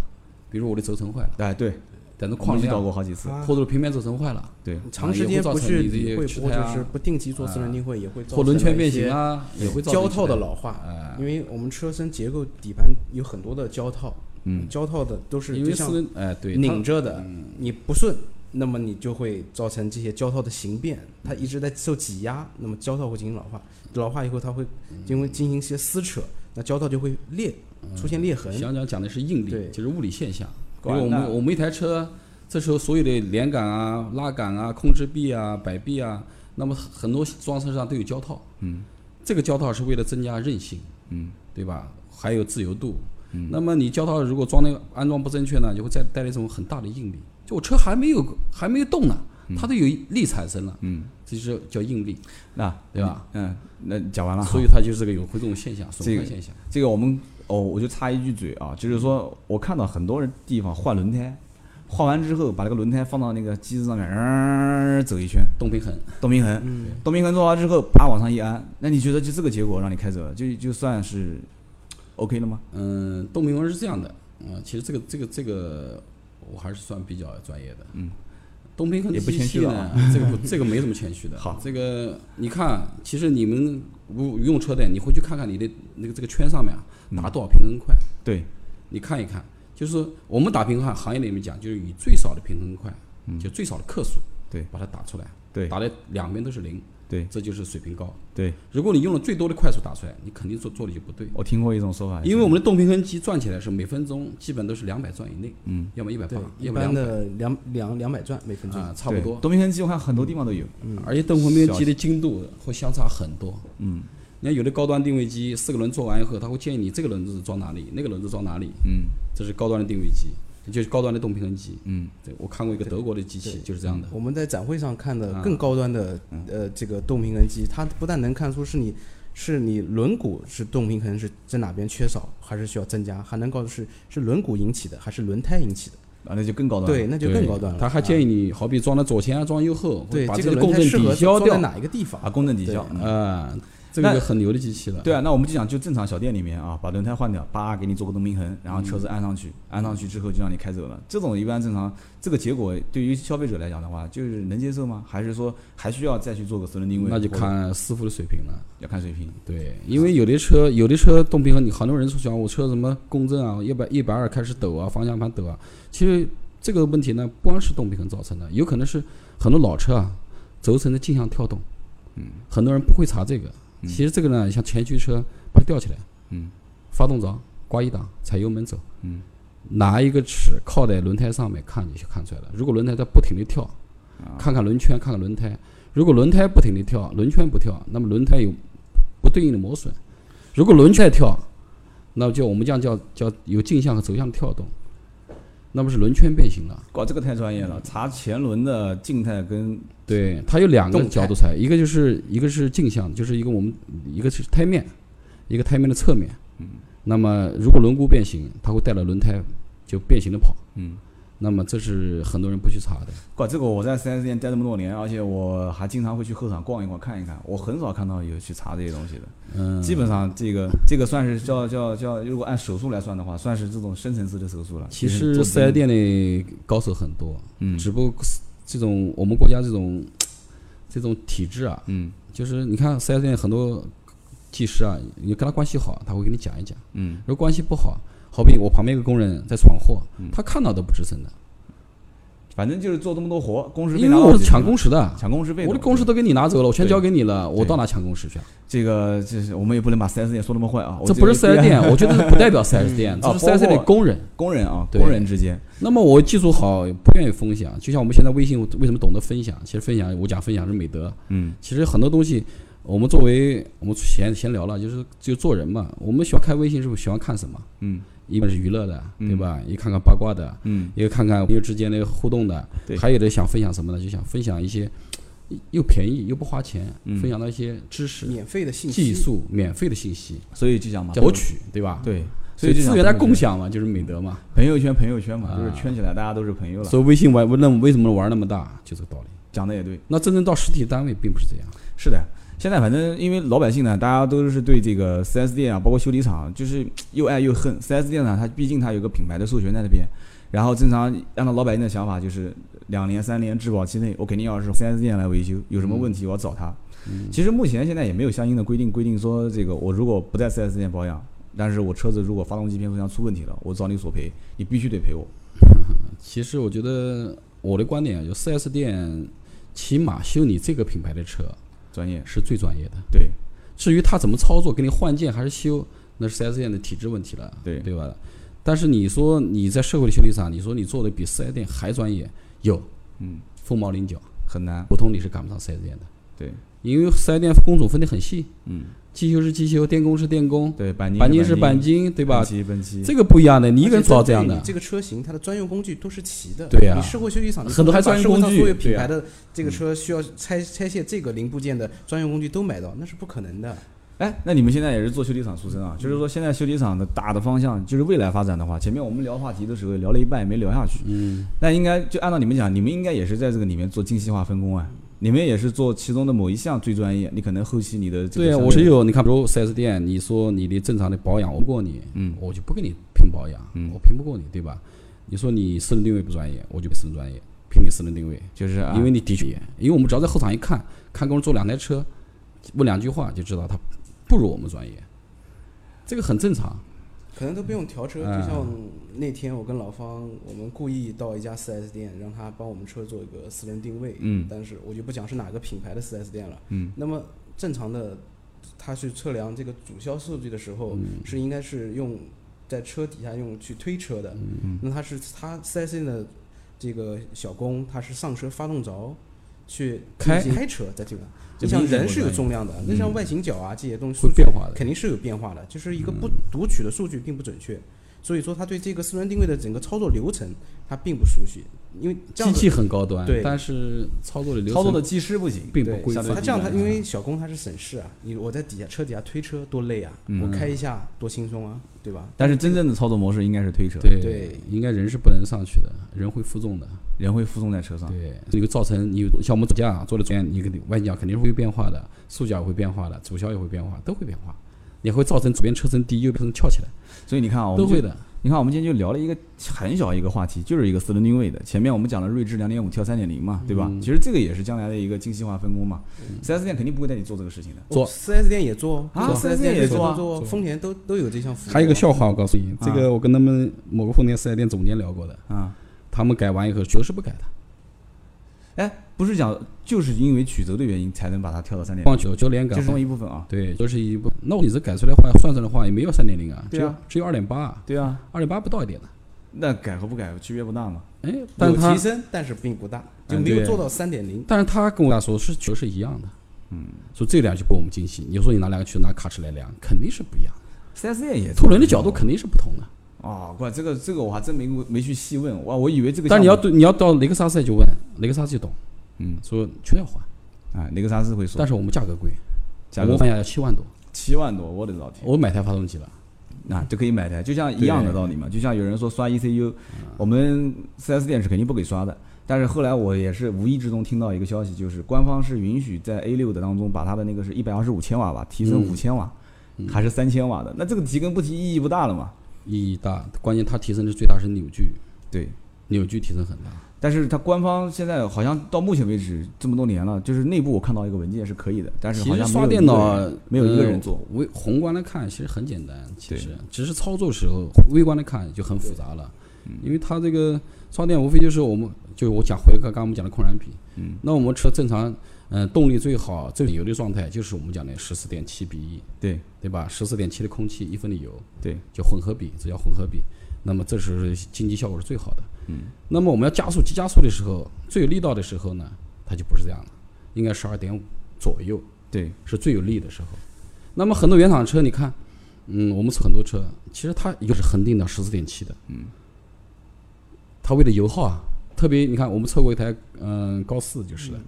[SPEAKER 2] 比如我的轴承坏了，
[SPEAKER 1] 哎，对，
[SPEAKER 2] 但是
[SPEAKER 1] 我
[SPEAKER 2] 框
[SPEAKER 1] 们遇到
[SPEAKER 2] 量
[SPEAKER 1] 过好几次，
[SPEAKER 3] 啊
[SPEAKER 2] 或者平面轴承坏了，
[SPEAKER 1] 对，
[SPEAKER 3] 长时间不去理
[SPEAKER 2] 啊也
[SPEAKER 3] 会，
[SPEAKER 2] 会造成你这些
[SPEAKER 3] 或者
[SPEAKER 2] 痴呆
[SPEAKER 3] 是
[SPEAKER 2] 啊
[SPEAKER 3] 不定期做私人定位，也会造成
[SPEAKER 2] 或轮圈变形啊，
[SPEAKER 3] 一些
[SPEAKER 2] 也会造成
[SPEAKER 3] 胶套的
[SPEAKER 2] 这个
[SPEAKER 3] 老化
[SPEAKER 2] 哎。
[SPEAKER 3] 因为我们车身结构底盘有很多的胶套，
[SPEAKER 1] 嗯，
[SPEAKER 3] 胶套的都是
[SPEAKER 2] 因
[SPEAKER 3] 就
[SPEAKER 2] 为
[SPEAKER 3] 像
[SPEAKER 2] 私人哎对嗯它
[SPEAKER 3] 拧着的，你不顺，那么你就会造成这些胶套的形变，它一直在受挤压，那么胶套会进行老化，老化以后它会
[SPEAKER 2] 嗯
[SPEAKER 3] 因为进行一些撕扯，那胶套就会裂，出现裂痕。
[SPEAKER 2] 想讲讲的是应力
[SPEAKER 3] 对，
[SPEAKER 2] 就是物理现象。比
[SPEAKER 1] 管
[SPEAKER 2] 如我
[SPEAKER 1] 那
[SPEAKER 2] 们我们一台车，这时候所有的连杆啊、拉杆啊、控制臂啊、摆臂啊，那么很多装车上都有胶套。
[SPEAKER 1] 嗯，
[SPEAKER 2] 这个胶套是为了增加韧性，
[SPEAKER 1] 嗯，
[SPEAKER 2] 对吧？还有自由度。嗯，那么你胶套如果装那个安装不正确呢，就会再带来一种很大的应力。就我车还没有还没有动呢，它都有力产生了。
[SPEAKER 1] 嗯，
[SPEAKER 2] 这就是叫应力，
[SPEAKER 1] 那
[SPEAKER 2] 对吧？
[SPEAKER 1] 嗯，那讲完了。
[SPEAKER 2] 所以它就是个有会这种现象，损
[SPEAKER 1] 这
[SPEAKER 2] 坏
[SPEAKER 1] 个
[SPEAKER 2] 现象。
[SPEAKER 1] 这个我们哦，我就插一句嘴啊，就是说我看到很多人地方换轮胎，换完之后把这个轮胎放到那个机子上面，呃、走一圈，
[SPEAKER 2] 动平衡，
[SPEAKER 1] 动平衡，
[SPEAKER 3] 嗯，
[SPEAKER 1] 动平衡做完之后，啪往上一安，那你觉得就这个结果让你开走了，就就算是 OK 了吗？
[SPEAKER 2] 嗯，动平衡是这样的，嗯，其实这个这个这个我还是算比较专业的，嗯，动平衡
[SPEAKER 1] 也不
[SPEAKER 2] 机
[SPEAKER 1] 谦
[SPEAKER 2] 器
[SPEAKER 1] 虚了啊
[SPEAKER 2] 呢，这个不这个没什么谦虚的，
[SPEAKER 1] 好
[SPEAKER 2] 这个你看，其实你们如用车的，你回去看看你的那个这个圈上面啊，
[SPEAKER 1] 嗯
[SPEAKER 2] 打多少平衡块，
[SPEAKER 1] 对，
[SPEAKER 2] 你看一看，就是说我们打平衡啊行业里面讲，就是以最少的平衡块，就最少的克数，
[SPEAKER 1] 嗯对
[SPEAKER 2] 把它打出来，
[SPEAKER 1] 对
[SPEAKER 2] 打的两边都是零，
[SPEAKER 1] 对
[SPEAKER 2] 这就是水平高。
[SPEAKER 1] 对，
[SPEAKER 2] 如果你用了最多的块数打出来，你肯定做做的就不对。
[SPEAKER 1] 我听过一种说法，
[SPEAKER 2] 因为我们的动平衡机转起来是每分钟基本都是两百转以内，
[SPEAKER 1] 嗯，
[SPEAKER 2] 要么一百
[SPEAKER 3] 对
[SPEAKER 2] 八，，
[SPEAKER 3] 一
[SPEAKER 2] 要么两
[SPEAKER 3] 般
[SPEAKER 2] 百
[SPEAKER 3] 的两两两百转每分钟
[SPEAKER 2] 啊，，差不多。
[SPEAKER 1] 动平衡机我看很多地方都有，
[SPEAKER 3] 嗯
[SPEAKER 2] 而且动平衡机的精度会相差很多。嗯，你看有的高端定位机四个轮做完以后，它会建议你这个轮子装哪里，那个轮子装哪里，
[SPEAKER 1] 嗯
[SPEAKER 2] 这是高端的定位机，就是高端的动平衡机。
[SPEAKER 1] 嗯，
[SPEAKER 2] 对我看过一个德国的机器
[SPEAKER 3] 对嗯
[SPEAKER 2] 就是这样的。
[SPEAKER 3] 我们在展会上看的
[SPEAKER 2] 啊
[SPEAKER 3] 更高端的、呃这个动平衡机，它不但能看出是你是你轮毂是动平衡是在哪边缺少，还是需要增加，还能告诉是是轮毂引起的还是轮胎引起的。
[SPEAKER 1] 啊那就更高端了，
[SPEAKER 3] 对，那就更高端了。
[SPEAKER 2] 他还
[SPEAKER 3] 议、
[SPEAKER 2] 建议你，好比装在左前啊，装右后，
[SPEAKER 3] 对
[SPEAKER 2] 把
[SPEAKER 3] 这
[SPEAKER 2] 个
[SPEAKER 3] 个
[SPEAKER 2] 共
[SPEAKER 3] 轮
[SPEAKER 2] 振
[SPEAKER 3] 胎适合
[SPEAKER 2] 抵消
[SPEAKER 3] 装
[SPEAKER 2] 掉。
[SPEAKER 3] 在哪一个地方
[SPEAKER 1] 啊，功能抵消，嗯
[SPEAKER 2] 啊，这个
[SPEAKER 1] 那
[SPEAKER 2] 就很牛的机器了。
[SPEAKER 1] 对啊，那我们就讲就正常小店里面啊，把轮胎换掉，叭给你做个动平衡，然后车
[SPEAKER 2] 嗯
[SPEAKER 1] 子安上去，安上去之后就让你开走了。这种一般正常，这个结果对于消费者来讲的话，就是能接受吗？还是说还需要再去做个私人定位？
[SPEAKER 2] 那就
[SPEAKER 1] 或者
[SPEAKER 2] 看师傅的水平了。
[SPEAKER 1] 要看水平。
[SPEAKER 2] 对，因为有的车有的车动平衡，你很多人说讲我车什么共振啊，一百一百二开始抖啊，方向盘抖啊。其实这个问题呢，不光是动平衡造成的，有可能是很多老车啊轴承的径向跳动，嗯，很多人不会查这个。其实这个呢，像前驱车把它吊起来，
[SPEAKER 1] 嗯，
[SPEAKER 2] 发动着，挂一档，踩油门走，
[SPEAKER 1] 嗯，
[SPEAKER 2] 拿一个尺靠在轮胎上面看就看出来了。如果轮胎在不停地跳，看看轮圈，看看轮胎。如果轮胎不停地跳，轮圈不跳，那么轮胎有不对应的磨损。如果轮圈跳，那么就我们这样叫叫有径向和轴向的跳动，那么是轮圈变形了。
[SPEAKER 1] 搞这个太专业了，查前轮的静态跟
[SPEAKER 2] 对，它有两个
[SPEAKER 3] 动态
[SPEAKER 2] 角度裁，一个就是一个是镜像，就是一个我们一个是胎面，一个胎面的侧面。那么如果轮毂变形，它会带着轮胎就变形的跑。
[SPEAKER 1] 嗯。
[SPEAKER 2] 那么这是很多人不去查的。
[SPEAKER 1] 搞这个，我在 4S 店待这么多年，而且我还经常会去后场逛一逛、看一看，我很少看到有去查这些东西的。
[SPEAKER 2] 嗯，
[SPEAKER 1] 基本上这个这个算是叫叫叫，如果按手术来算的话，算是这种深层次的手术了。
[SPEAKER 2] 其
[SPEAKER 1] 就是
[SPEAKER 2] 实
[SPEAKER 1] 做
[SPEAKER 2] 四 S 店里高手很多，
[SPEAKER 1] 嗯
[SPEAKER 2] 只不过这种我们国家这种这种体制啊，
[SPEAKER 1] 嗯
[SPEAKER 2] 就是你看四 S 店很多技师啊，你跟他关系好，他会跟你讲一讲；
[SPEAKER 1] 嗯
[SPEAKER 2] 如果
[SPEAKER 1] 嗯
[SPEAKER 2] 关系不好，好比我旁边一个工人在闯祸，他看到都不吱声的，
[SPEAKER 1] 反正就是做这么多活，工时费
[SPEAKER 2] 因
[SPEAKER 1] 拿
[SPEAKER 2] 为
[SPEAKER 1] 到
[SPEAKER 2] 我
[SPEAKER 1] 手
[SPEAKER 2] 是
[SPEAKER 1] 就
[SPEAKER 2] 抢
[SPEAKER 1] 行
[SPEAKER 2] 工时的
[SPEAKER 1] 了，，抢工时费的，
[SPEAKER 2] 我的工时都给你拿走了，我全
[SPEAKER 1] 对
[SPEAKER 2] 交给你了，我
[SPEAKER 1] 对
[SPEAKER 2] 到哪抢工时去啊？
[SPEAKER 1] 这个就是我们也不能把 4S 店说那么坏啊，我
[SPEAKER 2] 这不是
[SPEAKER 1] 觉得
[SPEAKER 2] 4S 店，我觉得不代 表 4S 店，
[SPEAKER 1] 啊
[SPEAKER 2] 这是 4S 店
[SPEAKER 1] 包
[SPEAKER 2] 的
[SPEAKER 1] 括
[SPEAKER 2] 工人。
[SPEAKER 1] 工人 啊，
[SPEAKER 2] 对
[SPEAKER 1] 工人之间，
[SPEAKER 2] 那么我技术好，不愿意分享，就像我们现在微信为什么懂得分享？其实分享我讲分享是美德，
[SPEAKER 1] 嗯
[SPEAKER 2] 其实很多东西。我们作为我们闲闲聊了，就是就做人嘛。我们喜欢开微信，是不是喜欢看什么？
[SPEAKER 1] 嗯
[SPEAKER 2] 一般是娱乐的，
[SPEAKER 1] 嗯
[SPEAKER 2] 对吧？也看看八卦的，
[SPEAKER 1] 嗯，
[SPEAKER 2] 也看看朋友之间的互动的
[SPEAKER 1] 对，
[SPEAKER 2] 还有的想分享什么呢？就想分享一些嘖又便宜又不花钱，
[SPEAKER 1] 嗯
[SPEAKER 2] 分享到一些知识、
[SPEAKER 3] 免费的信息
[SPEAKER 2] 技术、免费的信息，
[SPEAKER 1] 所以就讲嘛，
[SPEAKER 2] 博取，对
[SPEAKER 1] 啊
[SPEAKER 2] 吧？，
[SPEAKER 1] 对，
[SPEAKER 2] 所
[SPEAKER 1] 所
[SPEAKER 2] 以
[SPEAKER 1] 以就
[SPEAKER 2] 资
[SPEAKER 1] 讲
[SPEAKER 2] 源它共
[SPEAKER 1] 朋友圈，
[SPEAKER 2] 享嘛，就是美德嘛。
[SPEAKER 1] 朋友圈朋友圈嘛，
[SPEAKER 2] 啊
[SPEAKER 1] 就是圈起来，大家都是朋友了，
[SPEAKER 2] 所以微信玩那为什么玩那么大，就这个道理。
[SPEAKER 1] 讲的也对，
[SPEAKER 2] 那真正到实体单位并不是这样，
[SPEAKER 1] 是的。现在反正因为老百姓呢，大家都是对这个 4S 店啊，包括修理厂，就是又爱又恨。4S 店呢，它毕竟它有个品牌的授权在那边，然后正常按照老百姓的想法，就是两年三年质保期内，我肯定要是 4S 店来维修，有什么问
[SPEAKER 2] 嗯
[SPEAKER 1] 题我要找他。其实目前现在也没有相应的规定，规定说这个我如果不在 4S 店保养，但是我车子如果发动机变速箱出问题了，我找你索赔，你必须得赔我。
[SPEAKER 2] 其实我觉得我的观点啊，就 4S 店起码修你这个品牌的车
[SPEAKER 1] 专业
[SPEAKER 2] 是最专业的。
[SPEAKER 1] 对，
[SPEAKER 2] 至于他怎么操作，给你换件还是修，那是 4S 店的体制问题了，
[SPEAKER 1] 对
[SPEAKER 2] 对吧？但是你说你在社会的修理厂，你说你做的比 4S 店还专业，有
[SPEAKER 1] 嗯，
[SPEAKER 2] 凤毛麟角，
[SPEAKER 1] 很难，
[SPEAKER 2] 普通你是赶不上 4S 店的，
[SPEAKER 1] 对，
[SPEAKER 2] 因为 4S 店工种分得很细，
[SPEAKER 1] 嗯，
[SPEAKER 2] 机修是机修，电工是电工，
[SPEAKER 1] 对，钣金
[SPEAKER 2] 钣金是钣
[SPEAKER 1] 钣金，
[SPEAKER 2] 金，对吧
[SPEAKER 1] 喷？漆喷漆，
[SPEAKER 2] 这个不一样的，你一个人做
[SPEAKER 3] 而且
[SPEAKER 2] 这样
[SPEAKER 3] 对
[SPEAKER 2] 的
[SPEAKER 3] 你，这个车型它的专用工具都是齐的。
[SPEAKER 2] 对呀啊
[SPEAKER 3] 你社会修理厂你
[SPEAKER 2] 很多还专用
[SPEAKER 3] 把社
[SPEAKER 2] 工
[SPEAKER 3] 会上
[SPEAKER 2] 具
[SPEAKER 3] 所有品
[SPEAKER 2] 对呀啊嗯
[SPEAKER 3] 牌的这个车需要拆拆卸这个零部件的专用工具都买到，那是不可能的。
[SPEAKER 1] 哎，那你们现在也是做修理厂出身啊？就是说，现在修理厂的大的方向，就是未来发展的话，前面我们聊话题的时候聊了一半也没聊下去。
[SPEAKER 2] 嗯，
[SPEAKER 1] 那应该就按照你们讲，你们应该也是在这个里面做精细化分工啊，你们也是做其中的某一项最专业，你可能后期你的这个
[SPEAKER 2] 对啊，
[SPEAKER 1] 相
[SPEAKER 2] 我是
[SPEAKER 1] 应的
[SPEAKER 2] 有，你看，比如 4S 店，你说你的正常的保养，我不过你，
[SPEAKER 1] 嗯
[SPEAKER 2] 我就不跟你拼保养，
[SPEAKER 1] 嗯
[SPEAKER 2] 我拼不过你，对吧？你说你私人定位不专业，我就私人专业，拼你私人定位，
[SPEAKER 1] 就是、啊、
[SPEAKER 2] 因为你的确，因为我们只要在后场一看，看工人坐两台车，问两句话就知道他不如我们专业，这个很正常。
[SPEAKER 3] 可能都不用调车，
[SPEAKER 2] 嗯
[SPEAKER 3] 就像那天我跟老方，我们故意到一家 4S 店，让他帮我们车做一个私人定位。
[SPEAKER 1] 嗯
[SPEAKER 3] 但是我就不讲是哪个品牌的 4S 店了。
[SPEAKER 1] 嗯，
[SPEAKER 3] 那么正常的，他去测量这个主销数据的时候，
[SPEAKER 1] 嗯
[SPEAKER 3] 是应该是用在车底下用去推车的。
[SPEAKER 1] 嗯
[SPEAKER 3] 那他是他 4S 店的这个小工，他是上车发动轴去
[SPEAKER 2] 开
[SPEAKER 3] 开车在这个，
[SPEAKER 1] 这
[SPEAKER 3] 就像
[SPEAKER 1] 明显
[SPEAKER 3] 人
[SPEAKER 1] 不
[SPEAKER 3] 是有
[SPEAKER 1] 专业
[SPEAKER 3] 重量的，那像外形角啊这些东
[SPEAKER 2] 嗯
[SPEAKER 3] 西
[SPEAKER 2] 会
[SPEAKER 3] 数据
[SPEAKER 2] 变化的嗯
[SPEAKER 3] 肯定是有变化的，就是一个不读取的数据并不准确，所以说他对这个私人定位的整个操作流程他并不熟悉，因为
[SPEAKER 2] 机
[SPEAKER 3] 这样子
[SPEAKER 2] 器很高端，
[SPEAKER 3] 对
[SPEAKER 2] 但是操作的流
[SPEAKER 1] 操作
[SPEAKER 2] 程
[SPEAKER 1] 的技师不行，
[SPEAKER 2] 并不
[SPEAKER 3] 对
[SPEAKER 2] 规
[SPEAKER 1] 相对
[SPEAKER 2] 范。
[SPEAKER 3] 他这样他因
[SPEAKER 2] 嗯
[SPEAKER 3] 为小工他是省事啊，你我在底下车底下推车多累啊，
[SPEAKER 1] 嗯
[SPEAKER 3] 我开一下多轻松啊，对吧？
[SPEAKER 1] 但是真正的操作模式应该是推车，
[SPEAKER 2] 对
[SPEAKER 3] 对
[SPEAKER 2] 应该人是不能上去的，人会负重的。
[SPEAKER 1] 人会附送在车上，
[SPEAKER 2] 对，这个造成啊你像我们主驾做的主驾，你肯定外角肯定是会有变化的，束角也会变化的，主销也会变化，都会变化，也会造成左边车身低，右边车身翘起来，
[SPEAKER 1] 所以你看啊，我们
[SPEAKER 2] 都
[SPEAKER 1] 就
[SPEAKER 2] 会的。
[SPEAKER 1] 你看，我们今天就聊了一个很小一个话题，就是一个私人定位的。前面我们讲了锐志2.5跳3.0嘛，
[SPEAKER 2] 嗯
[SPEAKER 1] 对吧？其实这个也是将来的一个精细化分工嘛。4S 店肯定不会带你做这个事情的。
[SPEAKER 2] 做
[SPEAKER 3] 哦四 S 店也做
[SPEAKER 1] 啊
[SPEAKER 3] 做
[SPEAKER 1] 4S
[SPEAKER 3] 店
[SPEAKER 1] 店也
[SPEAKER 3] 做
[SPEAKER 1] 做啊
[SPEAKER 3] 做，丰田都都有这项服务。啊
[SPEAKER 2] 还有一个笑话，我告诉你，
[SPEAKER 1] 啊
[SPEAKER 2] 这个我跟他们某个丰田四 S 店总监聊过的，
[SPEAKER 1] 啊，
[SPEAKER 2] 他们改完以后九是不改的，
[SPEAKER 1] 哎，不是讲就是因为曲折的原因才能把它跳到3.0，
[SPEAKER 2] 放九九连
[SPEAKER 1] 这
[SPEAKER 2] 改
[SPEAKER 1] 是，中一部分啊。
[SPEAKER 2] 对，就是一部。那我你这改出来话算算的话，也没有三点零啊，只
[SPEAKER 1] 对
[SPEAKER 2] 有
[SPEAKER 1] 啊
[SPEAKER 2] 只有二点八，
[SPEAKER 1] 对啊，
[SPEAKER 2] 二点八不到一点的，
[SPEAKER 1] 那改和不改区别不大嘛。
[SPEAKER 2] 哎，但
[SPEAKER 3] 有
[SPEAKER 2] 是他
[SPEAKER 3] 提升，但是并不大，就
[SPEAKER 2] 嗯
[SPEAKER 3] 没有
[SPEAKER 2] 对
[SPEAKER 3] 做到三点零。
[SPEAKER 2] 但是他跟我俩说是球是一样的，嗯，说这两就不我们惊喜。你说你拿两个球拿卡尺来量，肯定是不一样的，
[SPEAKER 1] 4S 店也
[SPEAKER 2] 凸轮的角度肯定是不同的。
[SPEAKER 1] 啊，怪这个这个我还真没没去细问，哇，我以为这个项
[SPEAKER 2] 但
[SPEAKER 1] 目。
[SPEAKER 2] 你要对你要到雷克萨斯就问，雷克萨斯就懂，
[SPEAKER 1] 嗯，
[SPEAKER 2] 说全要换，
[SPEAKER 1] 啊，雷克萨斯会说
[SPEAKER 2] 但，是我们价格贵，
[SPEAKER 1] 价
[SPEAKER 2] 我
[SPEAKER 1] 格
[SPEAKER 2] 换下来七万多，
[SPEAKER 1] 七万多，我的老天！
[SPEAKER 2] 我买台发动机了，
[SPEAKER 1] 啊，就可以买台，就像一样的道理嘛。就像有人说刷 ECU，我
[SPEAKER 2] 嗯
[SPEAKER 1] 们 4S 店是肯定不给刷的。但是后来我也是无意之中听到一个消息，就是官方是允许在 A 六的当中把它的那个是一百二十五千瓦吧，提升
[SPEAKER 2] 嗯
[SPEAKER 1] 五千瓦，还是三千瓦的。那这个提跟不提意义不大了嘛？
[SPEAKER 2] 意义大，关键它提升的最大是扭矩，
[SPEAKER 1] 对。
[SPEAKER 2] 扭矩提升很大。
[SPEAKER 1] 但是它官方现在好像到目前为止这么多年了，就是内部我看到一个文件是可以的，但是
[SPEAKER 2] 其
[SPEAKER 1] 好
[SPEAKER 2] 实
[SPEAKER 1] 像
[SPEAKER 2] 刷
[SPEAKER 1] 没有
[SPEAKER 2] 电
[SPEAKER 1] 一个
[SPEAKER 2] 脑
[SPEAKER 1] 人没有一个人做。
[SPEAKER 2] 呃。微宏观来看，其实很简单，其
[SPEAKER 1] 对
[SPEAKER 2] 实只是操作时候，微观来看就很复杂了。
[SPEAKER 1] 嗯
[SPEAKER 2] 因为它这个超电无非就是我们就我讲回刚刚我们讲的控燃比，
[SPEAKER 1] 嗯，
[SPEAKER 2] 那我们车正常，嗯、动力最好最有利状态就是我们讲的十四点七比一，
[SPEAKER 1] 对
[SPEAKER 2] 对吧？十四点七的空气，一分的油，
[SPEAKER 1] 对，
[SPEAKER 2] 就混合比，这叫混合比。那么这时候是经济效果是最好的。嗯。那么我们要加速急加速的时候，最有力道的时候呢，它就不是这样了，应该十二点五左右
[SPEAKER 1] 对
[SPEAKER 2] 是最有力的时候。那么很多原厂车，你看，嗯，我们很多车其实它有是恒定的十四点七的，嗯，它为了油耗啊，特别你看我们测过一台嗯、高四就是的，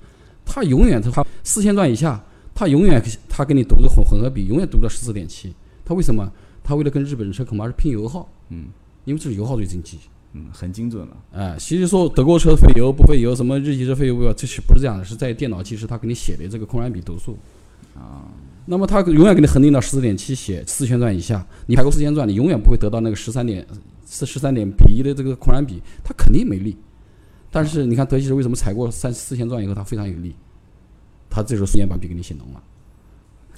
[SPEAKER 2] 它永远它它四千转以下，它永远它给你读的混混合比永远读不到十四点七，它为什么？它为了跟日本车恐怕是拼油耗，
[SPEAKER 1] 嗯，
[SPEAKER 2] 因为这是油耗最经济。
[SPEAKER 1] 嗯，很精准了，
[SPEAKER 2] 哎，其实说德国车费油不费油，什么日系车费油不费油，这是不是这样的？是在电脑技师他给你写的这个空燃比读数啊。那么他永远给你恒定到十四点七，写四千转以下，你排过四千转，你永远不会得到那个十三点是十三点比一的这个空燃比，它肯定没力。但是你看德系车为什么踩过三四千转以后它非常有力？它这时候瞬间把比给你写浓了，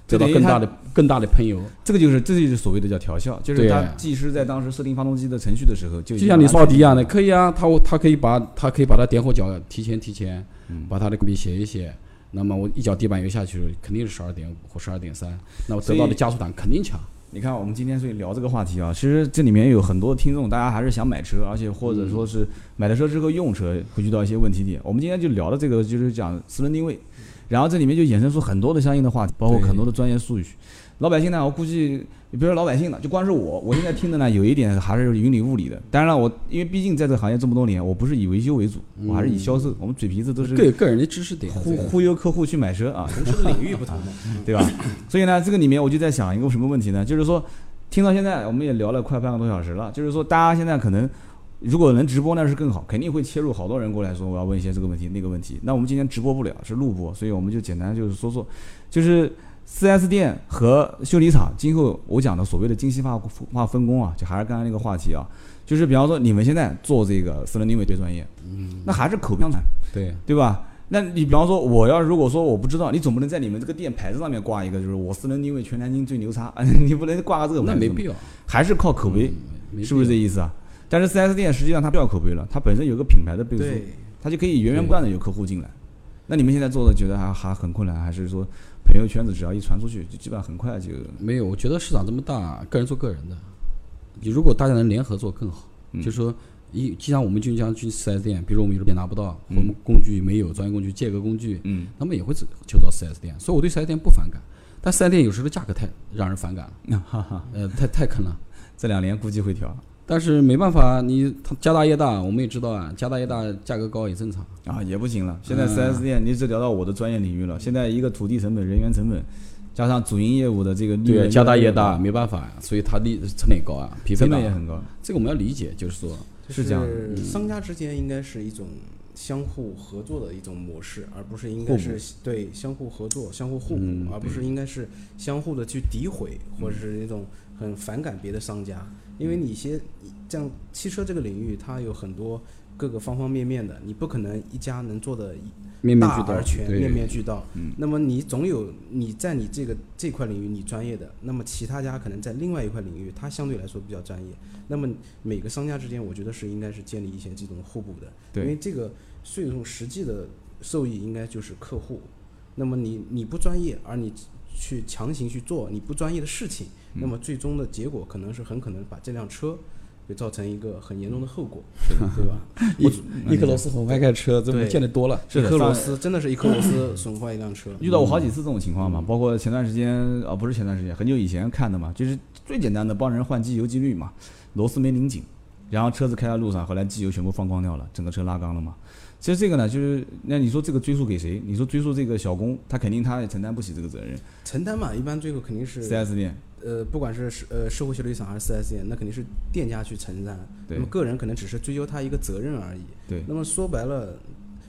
[SPEAKER 2] 得到
[SPEAKER 1] 对
[SPEAKER 2] 更
[SPEAKER 1] 它
[SPEAKER 2] 大的更大的喷油。
[SPEAKER 1] 这个就是这就是所谓的叫调校，就是
[SPEAKER 2] 对
[SPEAKER 1] 它技师在当时设定发动机的程序的时候，就已经
[SPEAKER 2] 就像你说奥迪一样的，
[SPEAKER 1] 把它
[SPEAKER 2] 可以啊，他他可以把他可以把它点火脚提前提前，把它的笔写一写。那么我一脚地板油下去，肯定是十二点五或十二点三，那我得到
[SPEAKER 1] 所
[SPEAKER 2] 的
[SPEAKER 1] 以
[SPEAKER 2] 加速档肯定强。
[SPEAKER 1] 你看，我们今天所以聊这个话题啊，其实这里面有很多听众，大家还是想买车，而且或者说
[SPEAKER 2] 嗯
[SPEAKER 1] 是买了车之后用车会遇到一些问题点。我们今天就聊了这个，就是讲私人定位，然后这里面就衍生出很多的相应的话题，包括
[SPEAKER 2] 对
[SPEAKER 1] 很多的专业术语。老百姓呢，我估计，你别说老百姓了，就光是我，我现在听的呢，有一点还是云里雾里的。当然了，我因为毕竟在这个行业这么多年，我不是以维修为主，我还是以销售。
[SPEAKER 2] 嗯
[SPEAKER 1] 我们嘴皮子都是
[SPEAKER 2] 个啊个人的知识点，
[SPEAKER 1] 忽忽悠客户去买车啊，
[SPEAKER 3] 同时领域不同嘛，
[SPEAKER 1] 对吧？所以呢，这个里面我就在想一个什么问题呢？就是说，听到现在我们也聊了快半个多小时了，就是说大家现在可能如果能直播那是更好，肯定会切入好多人过来说我要问一些这个问题那个问题。那我们今天直播不了，是录播，所以我们就简单就是说说，就是。4S 店和修理厂，今后我讲的所谓的精细化化分工啊，就还是刚才那个话题啊，就是比方说你们现在做这个私人定位最专业，嗯，那还是口碑相传，
[SPEAKER 2] 对
[SPEAKER 1] 对吧？那你比方说，我要如果说我不知道，你总不能在你们这个店牌子上面挂一个，就是我私人定位全南京最牛叉，啊 你不能挂个这个牌子
[SPEAKER 2] 那
[SPEAKER 1] 嘛，
[SPEAKER 2] 没必要，嗯
[SPEAKER 1] 还是靠口碑，
[SPEAKER 2] 没
[SPEAKER 1] 是不是这
[SPEAKER 2] 必
[SPEAKER 1] 意思啊？但是 4S 店实际上它不要口碑了，它本身有个品牌的背书，
[SPEAKER 3] 对。
[SPEAKER 1] 它就可以源源不断的有客户进来。那你们现在做的觉得还还很困难，还是说朋友圈子只要一传出去，就基本上很快就
[SPEAKER 2] 要？没有，我觉得市场这么大，个人做个人的，你如果大家能联合做更好。
[SPEAKER 1] 嗯
[SPEAKER 2] 就说一，就像我们就像去四 S 店，比如我们有的店拿不到，
[SPEAKER 1] 嗯
[SPEAKER 2] 我们工具没有，专业工具借个工具，
[SPEAKER 1] 嗯
[SPEAKER 2] 他们也会自求到 4S 店，所以我对 4S 店不反感，但 4S 店有时候价格太让人反感了，
[SPEAKER 1] 嗯哈哈，
[SPEAKER 2] 呃，太太坑了。
[SPEAKER 1] 这两年估计会调
[SPEAKER 2] 但是没办法，你他家大业大，我们也知道啊，家大业大，价格高也正常。
[SPEAKER 1] 啊，也不行了。现在
[SPEAKER 2] 嗯
[SPEAKER 1] 4S 店，你只聊到我的专业领域了。现在一个土地成本、人员成本，加上主营业务的这个利润，
[SPEAKER 2] 家大业大，，没办法呀、所以它利成本也高啊，匹配
[SPEAKER 1] 成
[SPEAKER 2] 大
[SPEAKER 1] 本也。很高。
[SPEAKER 2] 这个我们要理解，就是说，
[SPEAKER 1] 是这样的嗯
[SPEAKER 3] 就是商家之间应该是一种相互合作的一种模式，而不是应该是对相互合作、相互互补，
[SPEAKER 2] 嗯
[SPEAKER 3] 而不是应该是相互的去诋毁，或者是那种很反感别的商家。
[SPEAKER 1] 嗯
[SPEAKER 3] 因为你一些像汽车这个领域，它有很多各个方方面面的，你不可能一家能做的
[SPEAKER 2] 面面
[SPEAKER 3] 大
[SPEAKER 2] 俱到
[SPEAKER 3] 而，全，
[SPEAKER 2] 对
[SPEAKER 3] 面面俱到。那么你总有你在你这个这块领域你专业的，那么其他家可能在另外一块领域，他相对来说比较专业。那么每个商家之间，我觉得是应该是建立一些这种互补的，
[SPEAKER 1] 对
[SPEAKER 3] 因为这个最终实际的受益应该就是客户。那么你你不专业，而你去强行去做你不专业的事情，那么最终的结果可能是很可能把这辆车就造成一个很严重的后果，对吧？
[SPEAKER 2] 一一颗螺丝孔外开车，这不
[SPEAKER 3] 对
[SPEAKER 2] 见得多了。
[SPEAKER 1] 是
[SPEAKER 3] 一
[SPEAKER 1] 的
[SPEAKER 3] 颗螺
[SPEAKER 1] 上
[SPEAKER 3] 丝真的是一颗螺丝损坏一辆车。
[SPEAKER 1] 遇到过好几次这种情况嘛，包括前段时间啊，不是前段时间，很久以前看的嘛，就是最简单的帮人换机油机滤嘛，螺丝没拧紧，然后车子开在路上，后来机油全部放光掉了，整个车拉缸了嘛。其实这个呢，就是那你说这个追溯给谁？你说追溯这个小工，他肯定他也承担不起这个责任。
[SPEAKER 3] 承担嘛，一般最后肯定是
[SPEAKER 1] 4S 店，
[SPEAKER 3] 呃，不管是社呃社会修理厂还是 4S 店，那肯定是店家去承担，
[SPEAKER 1] 对
[SPEAKER 3] 那么个人可能只是追究他一个责任而已。
[SPEAKER 1] 对
[SPEAKER 3] 那么说白了，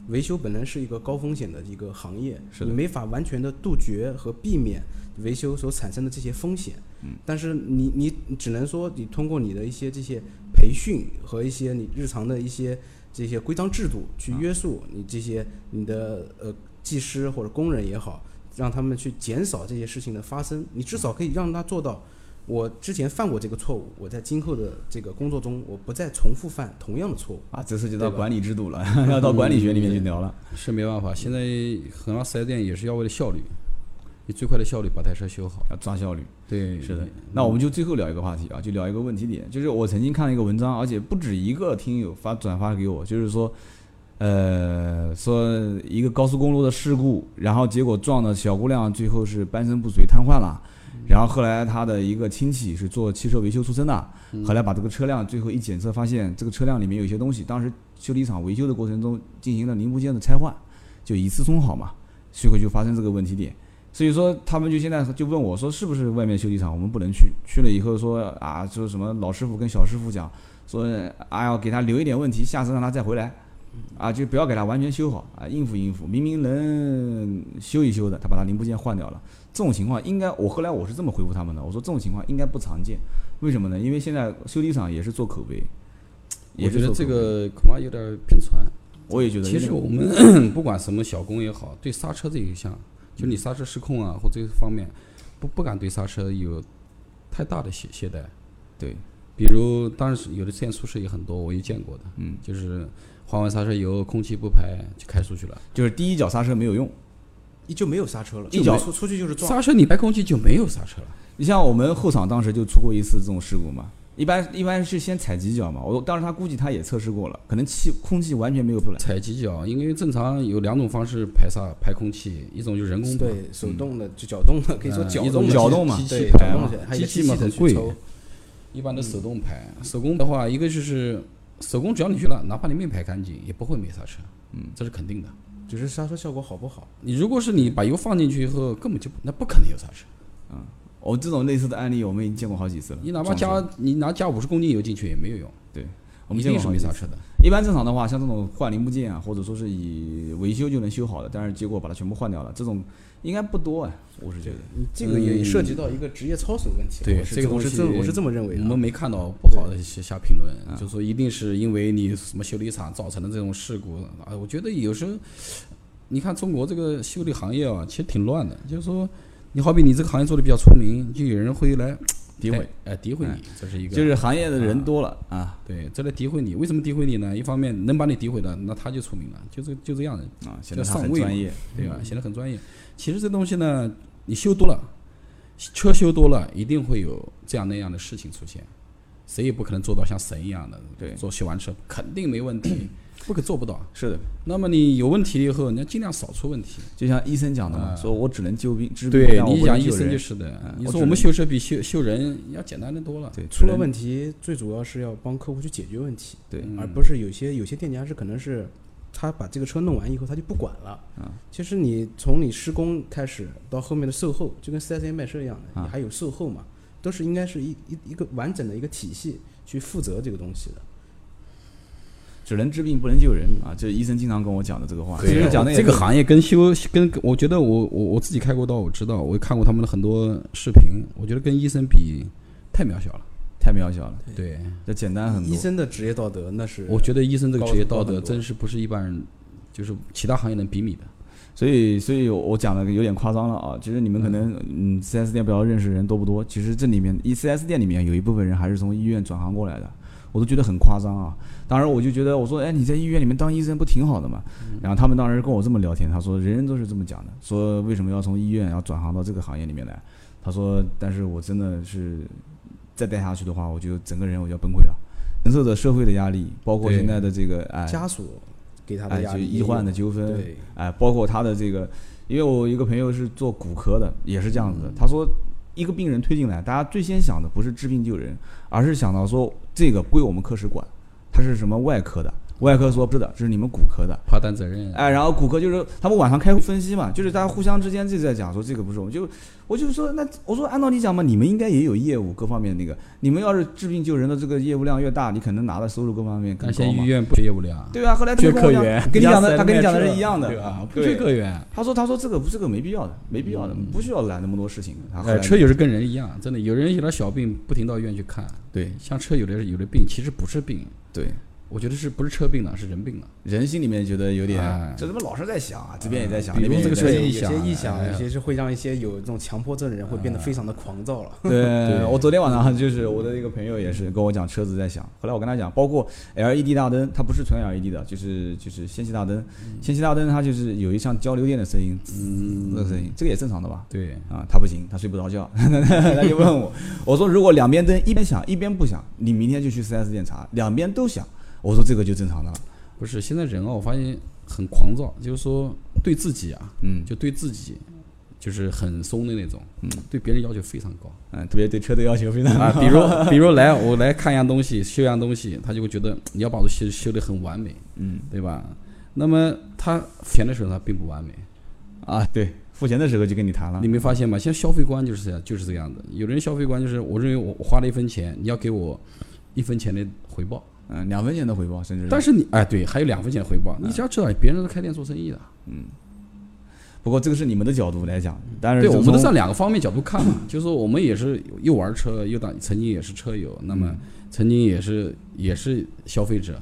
[SPEAKER 3] 维修本来是一个高风险的一个行业，
[SPEAKER 1] 是的
[SPEAKER 3] 你没法完全的杜绝和避免维修所产生的这些风险。嗯，但是你你你只能说你通过你的一些这些培训和一些你日常的一些这些规章制度去约束
[SPEAKER 1] 嗯
[SPEAKER 3] 你这些你的呃技师或者工人也好，让他们去减少这些事情的发生。你至少可以让他做到我之前犯过这个错误，我在今后的这个工作中，我不再重复犯同样的错误。
[SPEAKER 1] 啊，这涉及到
[SPEAKER 3] 对吧
[SPEAKER 1] 管理制度了， 要到管理学里面去聊了。
[SPEAKER 2] 是没办法，现在很多四 S 店也是要为了效率，以最快的效率把台车修好。
[SPEAKER 1] 要抓效率，
[SPEAKER 2] 对，
[SPEAKER 1] 是的。那我们就最后聊一个话题啊，就聊一个问题点，就是我曾经看了一个文章，而且不止一个听友发转发给我，就是说，呃，说一个高速公路的事故，然后结果撞的小姑娘最后是半身不遂瘫痪了，然后后来她的一个亲戚是做汽车维修出身的，后来把这个车辆最后一检测发现，这个车辆里面有一些东西，当时修理厂维修的过程中进行了零部件的拆换，就一次松好嘛，最后就发生这个问题点。所以说他们就现在就问我说，是不是外面修理厂我们不能去？去了以后说啊，说什么老师傅跟小师傅讲，说哎呀给他留一点问题，下次让他再回来，啊就不要给他完全修好啊，应付应付，明明能修一修的，他把他零部件换掉了。这种情况应该，我后来我是这么回复他们的，我说这种情况应该不常见，为什么呢？因为现在修理厂也是做口碑，也
[SPEAKER 2] 我
[SPEAKER 1] 是
[SPEAKER 2] 觉得
[SPEAKER 1] 做
[SPEAKER 2] 这
[SPEAKER 1] 口碑，
[SPEAKER 2] 个恐怕有点偏传。
[SPEAKER 1] 我也觉得
[SPEAKER 2] 其
[SPEAKER 1] 有
[SPEAKER 2] 实
[SPEAKER 1] 点
[SPEAKER 2] 我们 不管什么小工也好，对刹车这一项，就你刹车失控啊或这方面，不不敢对刹车有太大的懈懈怠。
[SPEAKER 1] 对，
[SPEAKER 2] 比如当时有的实验宿舍也很多，我也见过的，
[SPEAKER 1] 嗯，
[SPEAKER 2] 就是换完刹车油，空气不排就开出去了，
[SPEAKER 1] 就是第一脚刹车没有用。
[SPEAKER 3] 一就没有刹车了，
[SPEAKER 1] 一脚
[SPEAKER 3] 就出出去就是撞。
[SPEAKER 2] 刹车你排空气就没有刹车了。
[SPEAKER 1] 你像我们后厂当时就出过一次这种事故嘛，一般一般是先踩几脚嘛，我当时他估计他也测试过了，可能气空气完全没有出来，
[SPEAKER 2] 踩几脚，因为正常有两种方式排刹排空气，一种就是人工排，
[SPEAKER 3] 对手动的就搅动的，可以说
[SPEAKER 2] 嗯一
[SPEAKER 3] 搅动
[SPEAKER 2] 种
[SPEAKER 3] 的
[SPEAKER 1] 搅动嘛
[SPEAKER 2] 机器
[SPEAKER 3] 对，
[SPEAKER 2] 排
[SPEAKER 3] 搅
[SPEAKER 2] 嘛
[SPEAKER 3] 动起来，还有一个
[SPEAKER 2] 机器
[SPEAKER 3] 器
[SPEAKER 2] 嘛
[SPEAKER 3] 的
[SPEAKER 2] 很
[SPEAKER 3] 去
[SPEAKER 2] 贵
[SPEAKER 3] 抽
[SPEAKER 2] 一般的手动排。手工的话，一个就是手工，只要你去了，哪怕你没排干净，也不会没刹车，嗯，这是肯定的。
[SPEAKER 3] 只是刹车效果好不好？
[SPEAKER 2] 你如果是你把油放进去以后，根本就不那不可能有刹车。
[SPEAKER 1] 我、哦这种类似的案例我们已经见过好几次了。
[SPEAKER 2] 你哪怕
[SPEAKER 1] 撞车
[SPEAKER 2] 加你拿加五十公斤油进去也没有用，
[SPEAKER 1] 我们
[SPEAKER 2] 一
[SPEAKER 1] 见过
[SPEAKER 2] 定是
[SPEAKER 1] 好
[SPEAKER 2] 没
[SPEAKER 1] 几次
[SPEAKER 2] 刹。车的。
[SPEAKER 1] 一般正常的话，像这种换零部件啊，或者说是以维修就能修好的，但是结果把它全部换掉了，这种应该不多啊，我是觉得。
[SPEAKER 3] 你嗯这个也涉及到一个职业操守问
[SPEAKER 2] 嗯
[SPEAKER 3] 题。
[SPEAKER 2] 对
[SPEAKER 3] 我是
[SPEAKER 2] 这个
[SPEAKER 3] 我是
[SPEAKER 2] 东西嗯
[SPEAKER 3] 这么我是这么认为
[SPEAKER 2] 我
[SPEAKER 3] 的。嗯
[SPEAKER 2] 们没看到不好的下下评论，就说一定是因为你什么修理厂造成的这种事故啊。我觉得有时候，你看中国这个修理行业啊，其实挺乱的。就是说，你好比你这个行业做的比较出名，就有人会来
[SPEAKER 1] 诋毁，
[SPEAKER 2] 哎，哎诋毁
[SPEAKER 3] 嗯
[SPEAKER 2] 你，这是一个。
[SPEAKER 1] 就是行业的人多了啊
[SPEAKER 2] 对，这来诋毁你，为什么诋毁你呢？一方面能把你诋毁的，那他就出名了，就这就这样的，
[SPEAKER 1] 啊，显得他
[SPEAKER 2] 上
[SPEAKER 1] 很
[SPEAKER 2] 位嘛
[SPEAKER 1] 专业，
[SPEAKER 2] 对吧？显得很专业。其实这东西呢，你修多了，车修多了，一定会有这样那样的事情出现。谁也不可能做到像神一样的，
[SPEAKER 1] 对
[SPEAKER 2] 做修完车肯定没问题，不可做不到。
[SPEAKER 1] 是的，
[SPEAKER 2] 那么你有问题以后，你要尽量少出问题。
[SPEAKER 1] 就像医生讲的嘛，
[SPEAKER 2] 啊
[SPEAKER 1] 说我只能救病治病，
[SPEAKER 2] 对
[SPEAKER 1] 但我
[SPEAKER 2] 你
[SPEAKER 1] 不能
[SPEAKER 2] 讲
[SPEAKER 1] 救
[SPEAKER 2] 医生
[SPEAKER 1] 人
[SPEAKER 2] 就是的
[SPEAKER 1] 嗯，
[SPEAKER 2] 你
[SPEAKER 1] 我
[SPEAKER 2] 说
[SPEAKER 1] 只
[SPEAKER 2] 我们
[SPEAKER 1] 能
[SPEAKER 2] 修车比修修人要简单的多了。
[SPEAKER 1] 对，
[SPEAKER 3] 出
[SPEAKER 1] 只
[SPEAKER 3] 了
[SPEAKER 1] 能
[SPEAKER 3] 问题，最主要是要帮客户去解决问题，
[SPEAKER 1] 对
[SPEAKER 2] 嗯
[SPEAKER 3] 而不是有些有些店家是可能是他把这个车弄完以后他就不管了。
[SPEAKER 1] 啊
[SPEAKER 3] 其实你从你施工开始到后面的售后，就跟 4S 店卖车一样的，
[SPEAKER 1] 啊
[SPEAKER 3] 你还有售后嘛，都是应该是一一一个完整的一个体系去负责这个东西的。
[SPEAKER 1] 只能治病不能救人啊，这是医生经常跟我讲的这个话。
[SPEAKER 2] 对
[SPEAKER 1] 其实讲的也
[SPEAKER 2] 这个
[SPEAKER 1] 对
[SPEAKER 2] 行业跟修跟，跟我觉得我我我自己开过刀，我知道，我看过他们的很多视频，我觉得跟医生比太渺小了。
[SPEAKER 1] 太渺小了，
[SPEAKER 2] 对，
[SPEAKER 1] 这简单很
[SPEAKER 3] 医
[SPEAKER 1] 多。
[SPEAKER 3] 生的职业道德那是
[SPEAKER 2] 我觉得医生这个
[SPEAKER 3] 高
[SPEAKER 2] 职业
[SPEAKER 3] 度高
[SPEAKER 2] 道
[SPEAKER 3] 很
[SPEAKER 2] 德
[SPEAKER 3] 多
[SPEAKER 2] 真是不是一般人，就是其他行业能比拟的。
[SPEAKER 1] 所以，所以我讲的有点夸张了啊。其实你们可能，嗯，4S 店不要认识人多不多？其实这里面，一 4S 店里面有一部分人还是从医院转行过来的，我都觉得很夸张啊。当时我就觉得，我说，哎，你在医院里面当医生不挺好的嘛？
[SPEAKER 3] 嗯
[SPEAKER 1] 然后他们当时跟我这么聊天，他说，人人都是这么讲的，说为什么要从医院要转行到这个行业里面来？他说，但是我真的是再待下去的话，我就整个人我就要崩溃了，承受着社会的压力，包括
[SPEAKER 2] 对
[SPEAKER 1] 现在的这个哎
[SPEAKER 3] 家属给他
[SPEAKER 1] 哎，
[SPEAKER 3] 的压
[SPEAKER 1] 就
[SPEAKER 3] 力也有，
[SPEAKER 1] 医患的纠纷，
[SPEAKER 3] 对，
[SPEAKER 1] 哎，包括他的这个，因为我有一个朋友是做骨科的，也是这样子的。他说，一个病人推进来，大家最先想的不是治病救人，而是想到说这个归我们科室管，他是什么外科的，外科说不是的，这是你们骨科的。
[SPEAKER 2] 怕担责任。啊
[SPEAKER 1] 哎，然后骨科就是他们晚上开会分析嘛，就是大家互相之间就在讲说这个不是我们，就我就说那我说按道理讲嘛，你们应该也有业务各方面那个，你们要是治病救人的这个业务量越大，你可能拿的收入各方面更
[SPEAKER 2] 但
[SPEAKER 1] 高
[SPEAKER 2] 现在医
[SPEAKER 1] 嘛。
[SPEAKER 2] 院不缺业务量，
[SPEAKER 1] 对啊，后来他
[SPEAKER 2] 缺
[SPEAKER 1] 就跟我
[SPEAKER 2] 科
[SPEAKER 1] 讲
[SPEAKER 2] 员，，
[SPEAKER 1] 跟你讲
[SPEAKER 2] 人
[SPEAKER 1] 的，
[SPEAKER 2] 家
[SPEAKER 1] 他跟你
[SPEAKER 2] 卖
[SPEAKER 1] 讲的
[SPEAKER 2] 车
[SPEAKER 1] 是一样的，啊
[SPEAKER 2] 对吧？不
[SPEAKER 1] 对
[SPEAKER 2] 缺科员，
[SPEAKER 1] 他说：“他说这个这个没必要的，没必要的，不需要揽那么多事情。”他后
[SPEAKER 2] 哎，
[SPEAKER 1] 来
[SPEAKER 2] 车有时跟人一样，真的，有人有点小病不停到医院去看。
[SPEAKER 1] 对
[SPEAKER 2] 像车有的有的病其实不是病，
[SPEAKER 1] 对，
[SPEAKER 2] 我觉得是不是车病了，是人病了。
[SPEAKER 1] 人心里面觉得有点
[SPEAKER 2] 哎，
[SPEAKER 1] 这他妈老是在想啊，这边也在
[SPEAKER 3] 嗯
[SPEAKER 1] 想，
[SPEAKER 2] 比
[SPEAKER 1] 那
[SPEAKER 2] 如
[SPEAKER 1] 边也
[SPEAKER 2] 这个
[SPEAKER 1] 在
[SPEAKER 2] 车
[SPEAKER 1] 想
[SPEAKER 2] 一
[SPEAKER 3] 有
[SPEAKER 2] 响
[SPEAKER 3] 些异响，
[SPEAKER 2] 哎呀
[SPEAKER 3] 有些是会让一些有这种强迫症的人会变得非常的狂躁了。
[SPEAKER 1] 对，我昨天晚上就是我的一个朋友也是跟我讲车子在响，后来我跟他讲，包括 LED 大灯，它不是纯 LED 的，就是就是氙气大灯，氙气大灯它就是有一像交流电的声音，滋的声音，这个也正常的吧？
[SPEAKER 2] 对，
[SPEAKER 1] 啊，他不行，他睡不着觉， 他就问我，我说如果两边灯一边响一边不响，你明天就去 4S 店查，两边都响，我说这个就正常的了，
[SPEAKER 2] 不是现在人啊，我发现很狂躁，就是说对自己啊，
[SPEAKER 1] 嗯
[SPEAKER 2] 就对自己就是很松的那种，嗯对别人要求非常高。
[SPEAKER 1] 嗯，特别对车的要求非常
[SPEAKER 2] 啊，
[SPEAKER 1] 高，
[SPEAKER 2] 比 如比如来我来看一样东西，修一样东西，他就会觉得你要把我修修得很完美，
[SPEAKER 1] 嗯
[SPEAKER 2] 对吧？那么他填的时候他并不完美，
[SPEAKER 1] 啊，对，付钱的时候就跟你谈了
[SPEAKER 2] 你，没发现吗？现在消费观就是这样，就是这个样子。有人消费观就是我认为我我花了一分钱，你要给我一分钱的回报，
[SPEAKER 1] 嗯，啊两分钱的回报甚至，
[SPEAKER 2] 但是你哎对，还有两分钱的回报，你只要知道别人是开店做生意的，
[SPEAKER 1] 不过这个是你们的角度来讲，但是
[SPEAKER 2] 嗯对，我们
[SPEAKER 1] 从
[SPEAKER 2] 都在两个方面角度 看嘛，就是说我们也是又玩车，又当曾经也是车友，那么曾经也是也是消费者，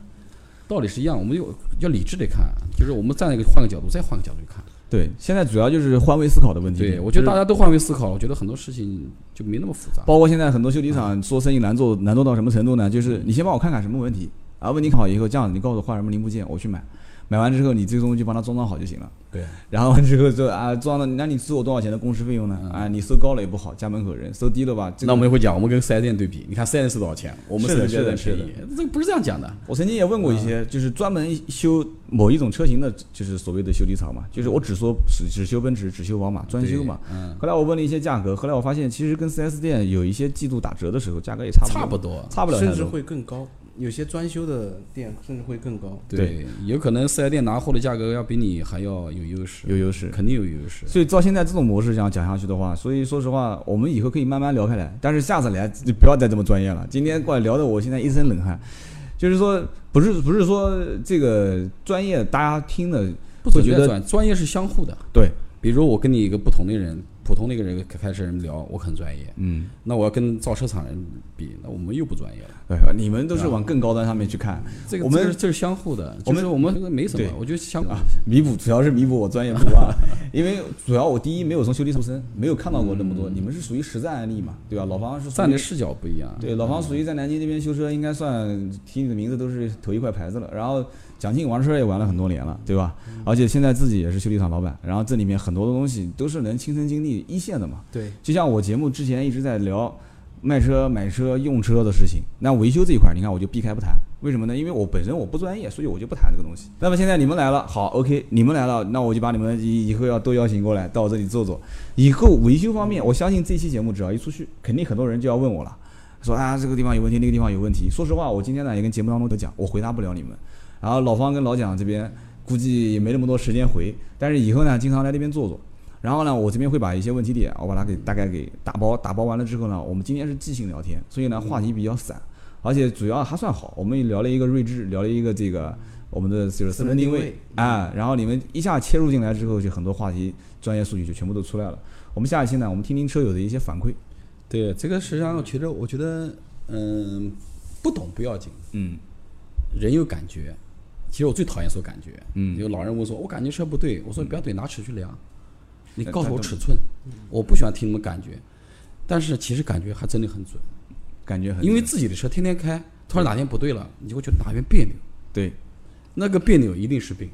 [SPEAKER 2] 道理是一样，我们有要理智的看，就是我们站一个换个角度，再换个角度看。
[SPEAKER 1] 对，现在主要就是换位思考的问题。
[SPEAKER 2] 对，我觉得大
[SPEAKER 1] 家
[SPEAKER 2] 家都换位思考，我觉得很多事情就没那么复杂。
[SPEAKER 1] 包括现在很多修理厂做生意难做难做到什么程度呢？就是你先帮我看看什么问题啊，问题好以后，这样子你告诉我换什么零部件，我去买。买完之后，你这个东西就帮他装装好就行了。
[SPEAKER 2] 对，
[SPEAKER 1] 然后之后就啊装了，那你收我多少钱的工时费用呢？啊，你收高了也不好，家门口人；收低了吧，这
[SPEAKER 2] 嗯那
[SPEAKER 1] 个
[SPEAKER 2] 我们也会讲，我们跟四 S 店对比，你看四 S 店是多少钱，我们
[SPEAKER 1] 是
[SPEAKER 2] 四
[SPEAKER 1] 的
[SPEAKER 2] S 店
[SPEAKER 1] 是的
[SPEAKER 2] 便宜，这个不是这样讲的。
[SPEAKER 1] 我曾经也问过一些，就是专门修某一种车型的，就是所谓的修理厂嘛，就是我只说只只修奔驰，只修宝马，专修嘛。
[SPEAKER 2] 对，嗯，
[SPEAKER 1] 后来我问了一些价格，后来我发现其实跟 4S 店有一些季度打折的时候，价格也差不多，
[SPEAKER 2] 差
[SPEAKER 1] 差
[SPEAKER 2] 不多。
[SPEAKER 1] 不了太
[SPEAKER 3] 甚
[SPEAKER 1] 多，
[SPEAKER 3] 至会更高。有些专修的店甚至会更高。
[SPEAKER 2] 对，有可能四 S 店拿货的价格要比你还要有优势，
[SPEAKER 1] 有优势。
[SPEAKER 2] 肯定有优势。
[SPEAKER 1] 所以照现在这种模式这样讲下去的话，所以说实话，我们以后可以慢慢聊开来。但是下次来就不要再这么专业了。今天过来聊的我现在一身冷汗，就是说不是不是说这个专业大家听的
[SPEAKER 2] 不存
[SPEAKER 1] 会觉
[SPEAKER 2] 在
[SPEAKER 1] 得
[SPEAKER 2] 专专业是相互的。
[SPEAKER 1] 对，
[SPEAKER 2] 比如我跟你一个不同的人，普通的一个人开始人聊，我很专业。
[SPEAKER 1] 嗯，
[SPEAKER 2] 那我要跟造车厂人比，那我们又不专业了。
[SPEAKER 1] 对，你们都是往更高端上面去看，
[SPEAKER 2] 这个
[SPEAKER 1] 我们
[SPEAKER 2] 这是这是相互的，
[SPEAKER 1] 我们
[SPEAKER 2] 就是我们这个没什
[SPEAKER 1] 对
[SPEAKER 2] 么，我觉得相互
[SPEAKER 1] 啊弥补主要是弥补我专业不啊， 因为主要我第一没有从修理出身，没有看到过那么多，你们是属于实战案例嘛，对吧？老房是属于
[SPEAKER 2] 站的视角不一样。
[SPEAKER 1] 对，老房属于在南京这边修车，应该算提你的名字都是头一块牌子了。然后蒋劲玩车也玩了很多年了，对吧？而且现在自己也是修理厂老板，然后这里面很多的东西都是能亲身经历一线的嘛。
[SPEAKER 3] 对，
[SPEAKER 1] 就像我节目之前一直在聊卖车、买车、用车的事情，那维修这一块，你看我就避开不谈，为什么呢？因为我本身我不专业，所以我就不谈这个东西。那么现在你们来了，好，OK，你们来了，那我就把你们以以后要都邀请过来，到我这里坐坐。以后维修方面，我相信这期节目只要一出去，肯定很多人就要问我了，说啊这个地方有问题，那个地方有问题。说实话，我今天呢也跟节目当中都讲，我回答不了你们。然后老方跟老蒋这边估计也没那么多时间回，但是以后呢，经常来这边坐坐。然后呢，我这边会把一些问题点，我把它给大概给打包，打包完了之后呢，我们今天是即兴聊天，所以呢话题比较散，而且主要还算好。我们聊了一个锐志，聊了一个这个我们的就是私
[SPEAKER 3] 私
[SPEAKER 1] 人
[SPEAKER 3] 人
[SPEAKER 1] 定
[SPEAKER 3] 定
[SPEAKER 1] 位
[SPEAKER 3] 位
[SPEAKER 1] 啊、然后你们一下切入进来之后，就很多话题、专业术语就全部都出来了。我们下一期呢，我们听听车友的一些反馈。
[SPEAKER 2] 对，这个实际上我觉得，我觉得，嗯，不懂不要紧，
[SPEAKER 1] 嗯
[SPEAKER 2] 人有感觉。其实我最讨厌说感觉，
[SPEAKER 1] 嗯
[SPEAKER 2] 有老人问我说，我感觉车不对，我说你不要对，拿尺去量，你
[SPEAKER 1] 呃
[SPEAKER 2] 告诉我
[SPEAKER 1] 他懂
[SPEAKER 2] 尺寸，我不喜欢听你们感觉，但是其实感觉还真的很准。
[SPEAKER 1] 感觉很
[SPEAKER 2] 因为自己的车天天开，突然哪天不对了，你就会觉得哪边别扭，
[SPEAKER 1] 对
[SPEAKER 2] 那个别扭一定是病，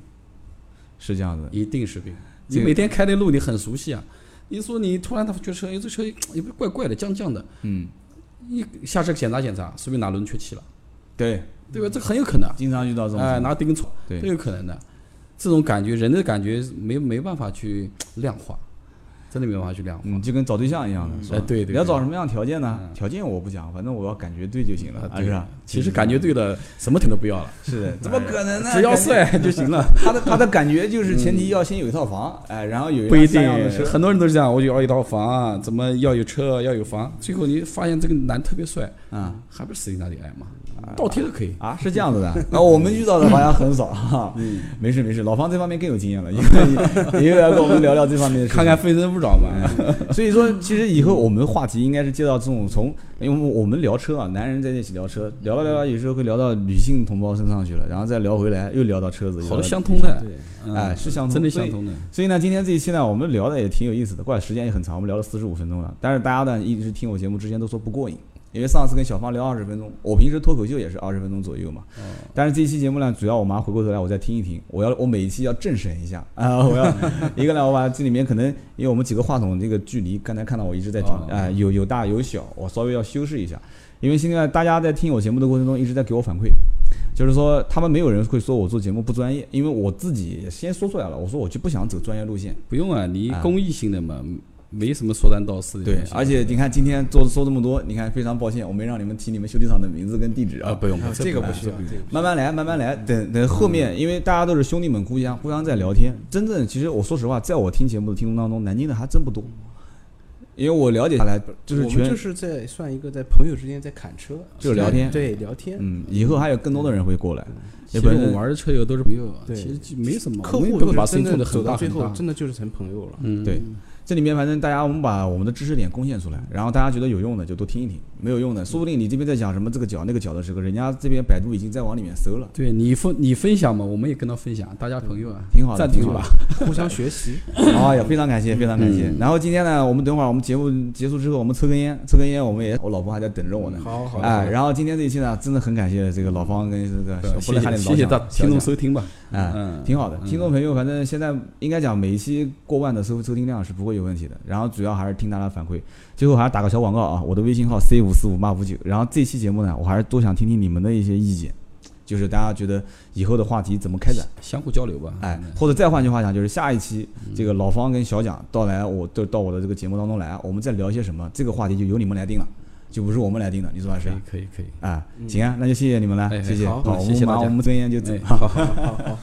[SPEAKER 1] 是这样子，
[SPEAKER 2] 一定是病。
[SPEAKER 1] 这
[SPEAKER 2] 你
[SPEAKER 1] 个
[SPEAKER 2] 每天开的路你很熟悉啊，你说你突然他觉得车，哎，这车也不是怪怪的，僵僵的，
[SPEAKER 1] 嗯
[SPEAKER 2] 一下车检查检查，说明哪轮缺气了，
[SPEAKER 1] 对，
[SPEAKER 2] 对吧？这很有可能，
[SPEAKER 1] 经常遇到这种
[SPEAKER 2] 哎、
[SPEAKER 1] 情况
[SPEAKER 2] 拿钉戳，
[SPEAKER 1] 嗯对
[SPEAKER 2] 都有可能的。这种感觉，人的感觉没没办法去量化，真的没办法去量化。
[SPEAKER 1] 嗯，就跟找对象一样的，是吧
[SPEAKER 2] 哎对对对
[SPEAKER 1] 你要找什么样条件呢？条件我不讲，反正我要感觉对就行了，
[SPEAKER 2] 啊，
[SPEAKER 1] 是
[SPEAKER 2] 对
[SPEAKER 1] 吧？
[SPEAKER 2] 其实感觉对了，什么钱都不要了，
[SPEAKER 1] 是 的，怎么可能呢？
[SPEAKER 2] 只要
[SPEAKER 1] 感觉
[SPEAKER 2] 帅就行了。
[SPEAKER 1] 他的他的感觉就是前提要先有一套房，哎，然后有
[SPEAKER 2] 不一
[SPEAKER 1] 辆
[SPEAKER 2] 定
[SPEAKER 1] 像样的车，，
[SPEAKER 2] 很多人都是这样，我就要一套房啊，怎么要有车，要有房，最后你发现这个男特别帅，
[SPEAKER 1] 嗯
[SPEAKER 2] 还不是死里哪里爱嘛，哎倒贴都可以。
[SPEAKER 1] 啊，是这样子 的。那我们遇到的好像很少
[SPEAKER 2] 嗯
[SPEAKER 1] 哈，没事没事，老方这方面更有经验了，因为以后要跟我们聊聊这方面的事情，
[SPEAKER 2] 看看《非诚勿
[SPEAKER 3] 不着嘛。
[SPEAKER 1] 所以说，其实以后我们话题应该是接到这种从，因为我们聊车啊，男人在一起聊车，聊了聊了，有时候会聊到女性同胞身上去了，然后再聊回来，又聊到车子，
[SPEAKER 2] 好多
[SPEAKER 1] 像。
[SPEAKER 2] 相通的，
[SPEAKER 1] 对
[SPEAKER 2] 嗯
[SPEAKER 1] 哎是相通
[SPEAKER 2] 真的
[SPEAKER 1] 所以
[SPEAKER 2] 相通的。
[SPEAKER 1] 所以呢，今天这一期呢，我们聊的也挺有意思的，怪时间也很长，我们聊了四十五分钟了。但是大家呢一直听我节目之前都说不过瘾，因为上次跟小芳聊二十分钟，我平时脱口秀也是二十分钟左右嘛。但是这一期节目呢，主要我妈回过头来我再听一听，我要我每一期要正审一下 啊，我要一个呢，我把这里面可能因为我们几个话筒这个距离，刚才看到我一直在调
[SPEAKER 2] 哦
[SPEAKER 1] 哎、有有大有小，我稍微要修饰一下，因为现在大家在听我节目的过程中一直在给我反馈。就是说，他们没有人会说我做节目不专业，因为我自己也先说出来了，我说我就不想走专业路线，
[SPEAKER 2] 不用啊，你
[SPEAKER 1] 啊
[SPEAKER 2] 公益性的嘛，没什么说三道四的东
[SPEAKER 1] 对
[SPEAKER 2] 西。，
[SPEAKER 1] 而且你看今天做说这么多，你看非常抱歉，我没让你们提你们修理厂的名字跟地址
[SPEAKER 2] 啊，
[SPEAKER 1] 啊。
[SPEAKER 2] 不用，
[SPEAKER 3] 啊这个不需要，这个
[SPEAKER 1] 慢慢来，慢慢来，等等后面，因为大家都是兄弟们，互相互相在聊天。真正其实我说实话，在我听节目的听众当中，南京的还真不多，因为我了解下来就是
[SPEAKER 3] 我们
[SPEAKER 1] 全
[SPEAKER 3] 就是在算一个在朋友之间在砍车，啊
[SPEAKER 1] 就是聊天
[SPEAKER 3] 对聊天。
[SPEAKER 1] 嗯，以后还有更多的人会过来。
[SPEAKER 2] 嗯其
[SPEAKER 1] 也
[SPEAKER 2] 实
[SPEAKER 1] 本
[SPEAKER 2] 我
[SPEAKER 1] 身
[SPEAKER 2] 玩的车友都是朋友，
[SPEAKER 3] 对
[SPEAKER 2] 其实就没什么，
[SPEAKER 3] 客
[SPEAKER 2] 我们也
[SPEAKER 3] 户
[SPEAKER 2] 不
[SPEAKER 3] 如
[SPEAKER 2] 用把
[SPEAKER 3] 果
[SPEAKER 2] 事情
[SPEAKER 3] 真
[SPEAKER 2] 做得
[SPEAKER 3] 的
[SPEAKER 2] 很
[SPEAKER 3] 走
[SPEAKER 2] 大
[SPEAKER 3] 到
[SPEAKER 2] 很
[SPEAKER 3] 最后，
[SPEAKER 2] 大。
[SPEAKER 3] 真的就是成朋友了。
[SPEAKER 2] 嗯，
[SPEAKER 1] 对，这里面反正大家我们把我们的知识点贡献出来，然后大家觉得有用的就都听一听，没有用的，说不定你这边在讲什么这个角那个角的时候，人家这边百度已经在往里面搜了，
[SPEAKER 2] 对你分你分享嘛，我们也跟他分享，大家朋友啊，
[SPEAKER 1] 挺好的，
[SPEAKER 2] 暂停
[SPEAKER 1] 挺好的
[SPEAKER 2] 吧。
[SPEAKER 3] 互相 学习。
[SPEAKER 1] 哎呀，非常感谢，非常感谢。然后今天呢，我们等会儿我们节目结束之后，我们抽根烟，抽根烟，我们也，我老婆还在等着我呢。
[SPEAKER 3] 好好，
[SPEAKER 1] 哎，然后今天这一期呢，真的很感谢这个老方跟这个小布
[SPEAKER 2] 谢
[SPEAKER 1] 莱汉
[SPEAKER 2] 谢
[SPEAKER 1] 的
[SPEAKER 2] 谢谢大听众
[SPEAKER 1] 收，
[SPEAKER 2] 收听吧，
[SPEAKER 1] 哎，
[SPEAKER 2] 嗯，
[SPEAKER 1] 挺好的。听众朋友，反正现在应该讲每一期过万的收收听量是不会有问题的。然后主要还是听大家的反馈。最后还是打个小广告啊，我的微信号 c 五四五八五九。然后这期节目呢，我还是多想听听你们的一些意见，就是大家觉得以后的话题怎么开展。
[SPEAKER 2] 相互交流吧。
[SPEAKER 1] 哎
[SPEAKER 2] 嗯，
[SPEAKER 1] 或者再换句话讲，就是下一期这个老方跟小蒋到来，我都到我的这个节目当中来，我们再聊些什么，这个话题就由你们来定了，就不是我们来定的，你说是吧？
[SPEAKER 2] 可以可以可以。
[SPEAKER 1] 啊，行啊，那就谢谢你们了
[SPEAKER 2] 嗯哎，哎
[SPEAKER 1] 谢谢，
[SPEAKER 2] 好
[SPEAKER 1] 好，
[SPEAKER 2] 谢谢
[SPEAKER 1] 我们
[SPEAKER 2] 大
[SPEAKER 1] 马
[SPEAKER 2] 家
[SPEAKER 1] 我们抽根烟就走
[SPEAKER 2] 哎，。好好好好，